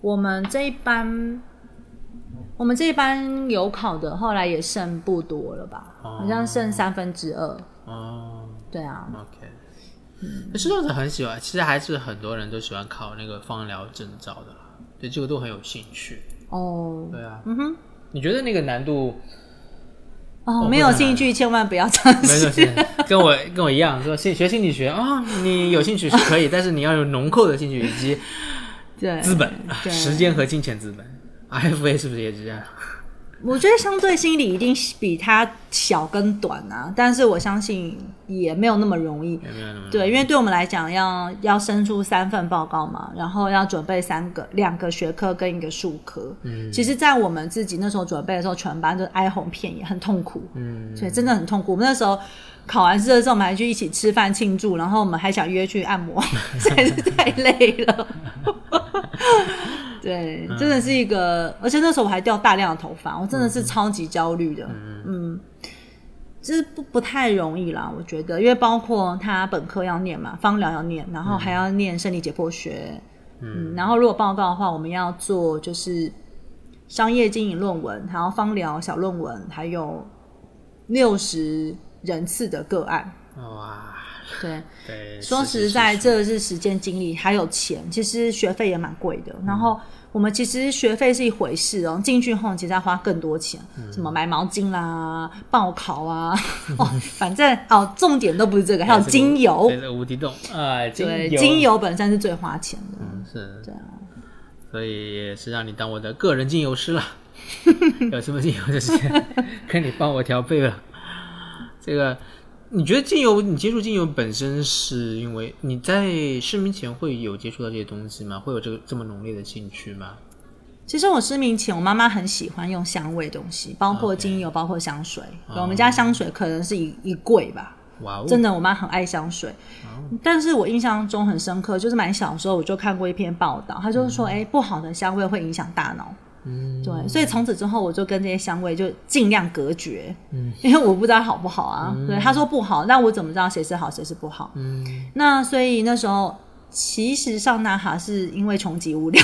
Speaker 4: 我们这一班，我们这一班有考的，后来也剩不多了吧？
Speaker 3: 哦
Speaker 4: 好像剩三分之二。
Speaker 3: 哦
Speaker 4: 对啊，
Speaker 3: ，OK。那
Speaker 4: 嗯
Speaker 3: 视障者很喜欢，其实还是很多人都喜欢考那个芳疗证照的啦，对这个都很有兴趣。
Speaker 4: 哦，
Speaker 3: 对啊，
Speaker 4: 嗯哼，
Speaker 3: 你觉得那个难度
Speaker 4: 哦，
Speaker 3: 哦
Speaker 4: 没有兴趣千万不要尝
Speaker 3: 没
Speaker 4: 试。
Speaker 3: 有，是跟我跟我一样，说心学心理学啊、你有兴趣是可以，但是你要有浓厚的兴趣以及
Speaker 4: 对，
Speaker 3: 资本、
Speaker 4: 对
Speaker 3: 时间和金钱资本。IFA 是不是也这样？
Speaker 4: 我觉得相对心理一定比它小跟短啊，但是我相信也没有那么容易。
Speaker 3: 有没有那么？
Speaker 4: 对，因为对我们来讲要，要生出三份报告嘛，然后要准备三个两个学科跟一个术科。嗯，其实，在我们自己那时候准备的时候，全班都哀鸿遍野，很痛苦。
Speaker 3: 嗯，
Speaker 4: 所以真的很痛苦。我们那时候考完试的时候，我们还去一起吃饭庆祝，然后我们还想约去按摩，实在是太累了。对，真的是一个，而且那时候我还掉大量的头发，我真的是超级焦虑的。嗯，就是不不太容易啦，我觉得，因为包括他本科要念嘛，芳疗要念，然后还要念生理解剖学。嗯，然后如果报告的话，我们要做就是商业经营论文，还有芳疗小论文，还有六十人次的个案。
Speaker 3: 哇，
Speaker 4: 对，
Speaker 3: 对，
Speaker 4: 说
Speaker 3: 是
Speaker 4: 实在，，
Speaker 3: 是是
Speaker 4: 这是时间、精力还有钱，其实学费也蛮贵的。然后我们其实学费是一回事哦，进去后其实要花更多钱，
Speaker 3: 嗯
Speaker 4: 什么买毛巾啦、报考啊，哦，反正哦，重点都不是这个，还有
Speaker 3: 这个
Speaker 4: 精油
Speaker 3: 对，这个无底洞啊，精
Speaker 4: 对，
Speaker 3: 油，
Speaker 4: 精油本身是最花钱的。
Speaker 3: 嗯是，
Speaker 4: 对啊，
Speaker 3: 所以也是让你当我的个人精油师 了，有什么精油就直接跟你帮我调配了。这个，你觉得精油，你接触精油本身是因为你在失明前会有接触到这些东西吗？会有这个这么浓烈的兴趣吗？
Speaker 4: 其实我失明前，我妈妈很喜欢用香味东西，包括
Speaker 3: OK 哦
Speaker 4: 精油包括香水。对我们家香水可能是一一柜吧，
Speaker 3: 哇哦，
Speaker 4: 真的，我妈很爱香水。但是我印象中很深刻，就是蛮小的时候我就看过一篇报道，他就是说，哎、不好的香味会影响大脑。
Speaker 3: 嗯，
Speaker 4: 对，所以从此之后我就跟这些香味就尽量隔绝，嗯，因为我不知道好不好啊。对，他说不好，那我怎么知道谁是好谁是不好？
Speaker 3: 嗯，
Speaker 4: 那所以那时候，其实上那哈是因为穷极无聊，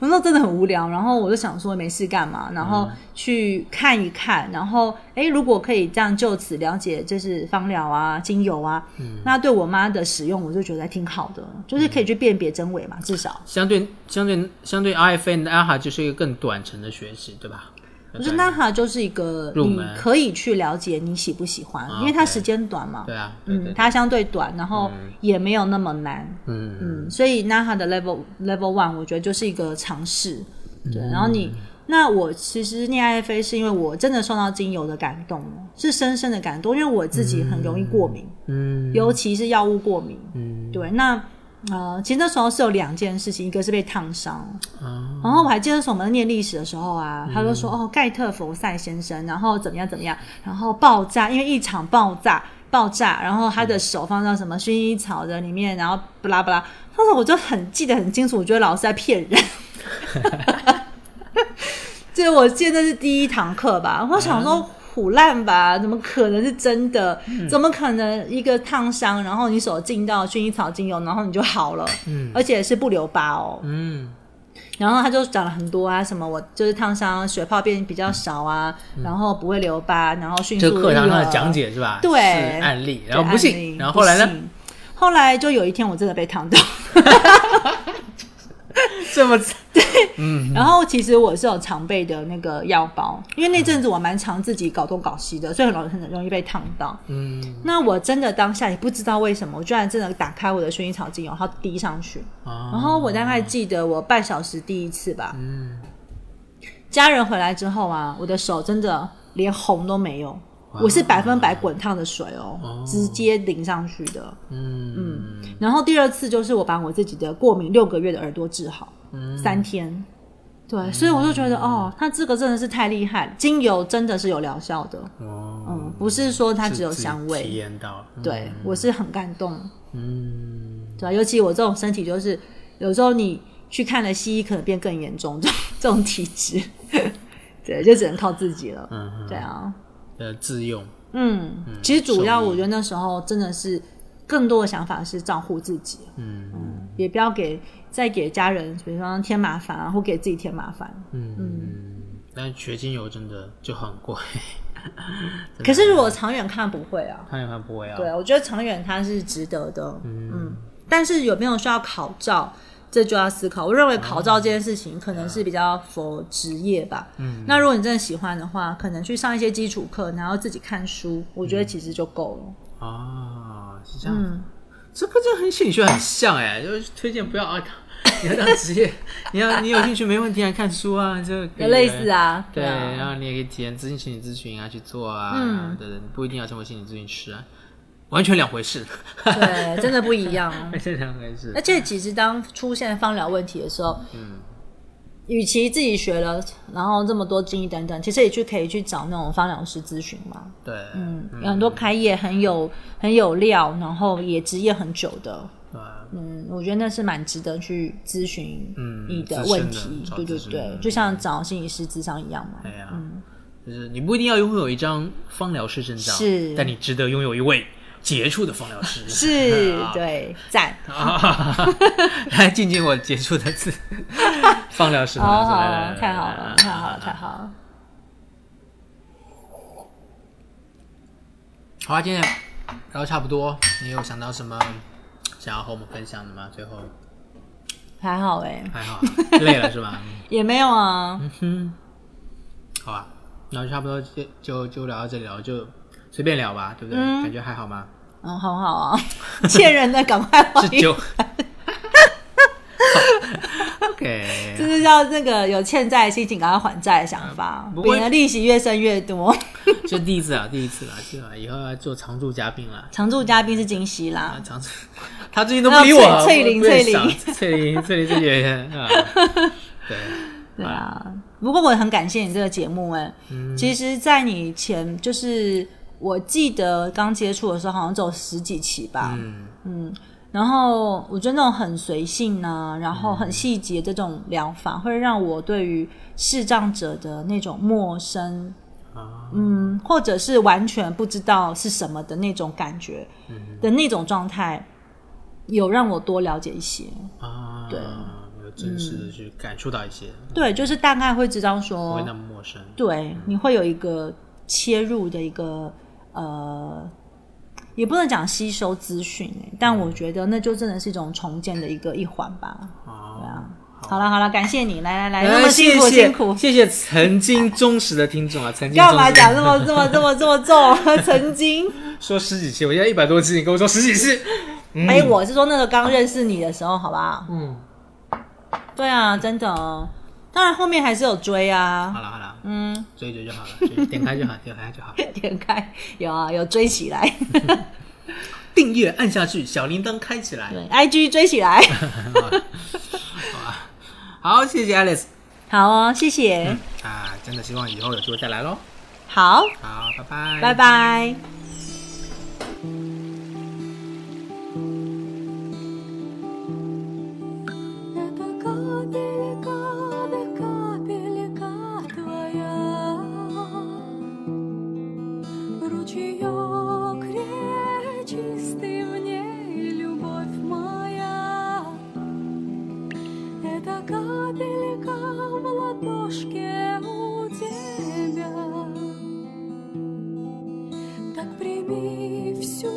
Speaker 4: 我那时候真的很无聊，然后我就想说没事干嘛，然
Speaker 3: 嗯
Speaker 4: 后去看一看，然后哎，诶如果可以这样就此了解，就是芳疗啊、精油啊，
Speaker 3: 嗯
Speaker 4: 那对我妈的使用，我就觉得挺好的，就是可以去辨别真伪嘛，至少。
Speaker 3: 相对相对相对 RFA 的 AHA 就是一个更短程的学习，对吧？的专
Speaker 4: 我
Speaker 3: 业。
Speaker 4: 觉得娜哈就是一个
Speaker 3: 入
Speaker 4: 你
Speaker 3: 门
Speaker 4: 可以去了解你喜不喜欢，
Speaker 3: 啊
Speaker 4: 因为它
Speaker 3: OK
Speaker 4: 时间短嘛。
Speaker 3: 对啊，对
Speaker 4: 嗯
Speaker 3: 对，
Speaker 4: 它相对短，然后
Speaker 3: 嗯
Speaker 4: 也没有那么难。
Speaker 3: 嗯
Speaker 4: 嗯，所以 Naha 的 level level one，我觉得就是一个尝试。对，
Speaker 1: 嗯
Speaker 4: 然后你，那我其实念爱妃是因为我真的受到精油的感动了，是深深的感动，因为我自己很容易过敏，
Speaker 1: 嗯
Speaker 4: 尤其是药物过敏。
Speaker 1: 嗯
Speaker 4: 对，那呃，其实那时候是有两件事情，一个是被烫伤，
Speaker 3: 啊
Speaker 4: 然后我还记得是我们在念历史的时候啊，他就说、哦，盖特佛塞先生，然后怎么样怎么样，然后爆炸，因为一场爆炸爆炸，然后他的手放到什么薰衣草的里面，然后不拉不拉。当时我就很记得很清楚，我觉得老师在骗人。 这我记得是第一堂课吧，我想说。虎烂吧？怎么可能是真的？怎么可能一个烫伤，然后你手浸到薰衣草精油，然后你就好了？
Speaker 1: 嗯
Speaker 4: 而且是不留疤哦。
Speaker 1: 嗯
Speaker 4: 然后他就讲了很多啊，什么我就是烫伤，血泡变比较少啊，然后不会留疤，然后迅
Speaker 3: 嗯
Speaker 4: 速
Speaker 3: 这个课堂上的讲
Speaker 4: 解，
Speaker 3: 解是吧？
Speaker 4: 嗯对
Speaker 3: 是案例，然后不
Speaker 4: 对案
Speaker 3: 信，
Speaker 4: 例
Speaker 3: 然后后来
Speaker 4: 不
Speaker 3: 呢？
Speaker 4: 信后来就有一天我真的被烫到，
Speaker 3: 这么 嗯
Speaker 4: 然后其实我是有常备的那个药包，因为那阵子我蛮常自己搞东搞西的，所以很容很容易被烫到。
Speaker 1: 嗯
Speaker 4: 那我真的当下也不知道为什么，我居然真的打开我的薰衣草精油，然后滴上去，
Speaker 1: 啊
Speaker 4: 然后我大概记得我半小时第一次吧，
Speaker 1: 嗯
Speaker 4: 家人回来之后啊，我的手真的连红都没有，我是百分百滚烫的水哦，直接淋上去的。
Speaker 1: 嗯嗯
Speaker 4: 然后第二次就是我把我自己的过敏六个月的耳朵治好，三天。对，所以我就觉得哦，它这个真的是太厉害了，精油真的是有疗效的，
Speaker 3: 哦，
Speaker 4: 嗯，不是说它
Speaker 3: 是
Speaker 4: 只有
Speaker 3: 自己
Speaker 4: 香
Speaker 3: 体
Speaker 4: 味。
Speaker 3: 验到了，嗯
Speaker 4: 对，我是很感动，
Speaker 1: 嗯
Speaker 4: 对啊，尤其我这种身体就是有时候你去看了西医，可能变更严重，这种 这种体质， 对，就只能靠自己了。
Speaker 3: 嗯嗯
Speaker 4: 对啊，
Speaker 3: 呃，自用，
Speaker 4: 嗯，其实主要
Speaker 3: 受益
Speaker 4: 我觉得那时候真的是更多的想法是照顾自己，
Speaker 1: 嗯
Speaker 4: 也不要给再给家人，比方添麻烦啊，或给自己添麻烦。
Speaker 3: 嗯，但学精油真的就很贵，
Speaker 4: 可是如果长远看不会啊，
Speaker 3: 看一看不会啊，
Speaker 4: 对，我觉得长远它是值得的，嗯但是有没有需要考照，这就要思考。我认为考照这件事情可能是比较佛职业吧，哦啊嗯，那如果你真的喜欢的话，可能去上一些基础课，然后自己看书，我觉得其实就够了，
Speaker 3: 啊，是这样，
Speaker 4: 嗯
Speaker 3: 这跟这很兴趣很像哎，就是推荐不要啊， 你要当职 业，你要你有兴趣没问题啊，看书啊，就可以
Speaker 4: 也类似。啊，
Speaker 3: 对，
Speaker 4: 啊
Speaker 3: 然后你也可以体验咨询心理咨询啊，去做啊，
Speaker 4: 嗯
Speaker 3: 然后对对，不一定要成为心理咨询师啊，完全两回事，
Speaker 4: 对，真的不一样。啊
Speaker 3: 完全两回事
Speaker 4: 而。且其实当出现芳疗问题的时候，嗯，与其自己学了，然后这么多经历等等，其实也去可以去找那种芳疗师咨询嘛。
Speaker 3: 对，
Speaker 4: 嗯，有很多开业很有很有料，然后也职业很久的。
Speaker 3: 对啊
Speaker 4: 嗯，我觉得那是蛮值得去咨询
Speaker 3: 嗯
Speaker 4: 你的
Speaker 3: 咨询
Speaker 4: 问
Speaker 3: 的
Speaker 4: 题，
Speaker 3: 找
Speaker 4: 对对
Speaker 3: 咨询
Speaker 4: 对
Speaker 3: 的，
Speaker 4: 就像找心理师咨商一样嘛。
Speaker 3: 对呀，
Speaker 4: 嗯
Speaker 3: 就是你不一定要拥有一张芳疗师证照，
Speaker 4: 是
Speaker 3: 但你值得拥有一位杰出的芳疗师。
Speaker 4: 是
Speaker 3: 啊，
Speaker 4: 对，赞。
Speaker 3: 啊， 来静静，我杰出的字， 芳疗师，芳疗师
Speaker 4: 好哦好
Speaker 3: 来来来，
Speaker 4: 好，
Speaker 3: 来
Speaker 4: 太好了，太好了，太。好了。
Speaker 3: 好啊，今天聊得差不多，你有想到什么想要和我们分享的吗？最后
Speaker 4: 还好哎、
Speaker 3: 还好啊，累了是吧？嗯
Speaker 4: 也没有啊。
Speaker 3: 好吧，那就差不多就就就聊到这里了，就随便聊吧，对不对？感觉还好吗？
Speaker 4: 嗯，很好 啊，欠人的赶快还
Speaker 3: 是 酒。OK，
Speaker 4: 就是要那个有欠债的心情赶快还债的想法，
Speaker 3: 不过
Speaker 4: 别人的利息越生越多。
Speaker 3: 这第一次啊，第一次啊，是啊，以后要做常驻嘉宾了。
Speaker 4: 常驻嘉宾是金熙啦
Speaker 3: 啊，，常驻， 他最近都不理我。
Speaker 4: 啊翠玲
Speaker 3: 我也
Speaker 4: 翠玲
Speaker 3: 想翠玲， 翠玲，这学员 啊，对，嗯
Speaker 4: 对啊。不过我很感谢你这个节目哎、其实，在你前就是我记得刚接触的时候，好像只有十几期吧，
Speaker 3: 嗯，
Speaker 4: 然后我觉得那种很随性啊，然后很细节这种疗法，
Speaker 3: 嗯
Speaker 4: 会让我对于视障者的那种陌生，
Speaker 3: 啊
Speaker 4: 嗯，或者是完全不知道是什么的那种感觉、
Speaker 3: 嗯
Speaker 4: 的那种状态，有让我多了解一些。
Speaker 3: 啊，
Speaker 4: 对，嗯
Speaker 3: 有真实的去感受到一些，
Speaker 4: 对，就是大概会知道
Speaker 3: 不会
Speaker 4: 说
Speaker 3: 那，么陌生。
Speaker 4: 对，你会有一个切入的一个呃。也不能讲吸收资讯、但我觉得那就真的是一种重建的一个一环吧。
Speaker 3: 哦，
Speaker 4: 好了好了，感谢你，来来来，
Speaker 3: 来
Speaker 4: 啊哎那么辛苦
Speaker 3: 哎谢谢
Speaker 4: 辛苦，
Speaker 3: 谢谢曾经忠实的听 众啊，曾经
Speaker 4: 干嘛
Speaker 3: 忠实的
Speaker 4: 讲这么这么这么这么 重？曾经，
Speaker 3: 说十几期？我现在一百多期，你跟我说十几期？嗯
Speaker 4: 哎，我是说那个刚认识你的时候，好吧？
Speaker 3: 嗯，
Speaker 4: 对啊，真的哦。当然后面还是有追
Speaker 3: 好
Speaker 4: 啊，
Speaker 3: 了好了，
Speaker 4: 嗯，
Speaker 3: 追追就好了，追点开就好，点开就 好，
Speaker 4: 点开有啊，有追起来，
Speaker 3: 订阅按下去，小铃铛开起来。
Speaker 4: 对，IG 追 起来，
Speaker 3: 好，谢谢 Alice
Speaker 4: 好哦，谢谢，
Speaker 3: 啊，真的希望以后有机会再来喽。
Speaker 4: 好，
Speaker 3: 好，拜拜，
Speaker 4: 拜。拜。
Speaker 5: Это как велика, века велика твоя Ручеек речистый мне любовь моя Это капелька в ладошке у тебя так прими всю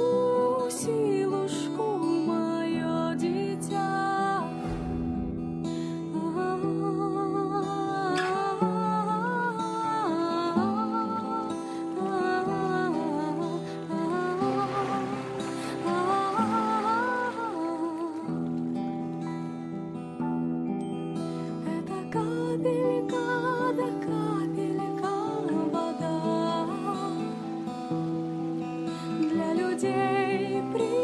Speaker 5: силушку, мое дитя. Это капелька, да капелька вода для людей при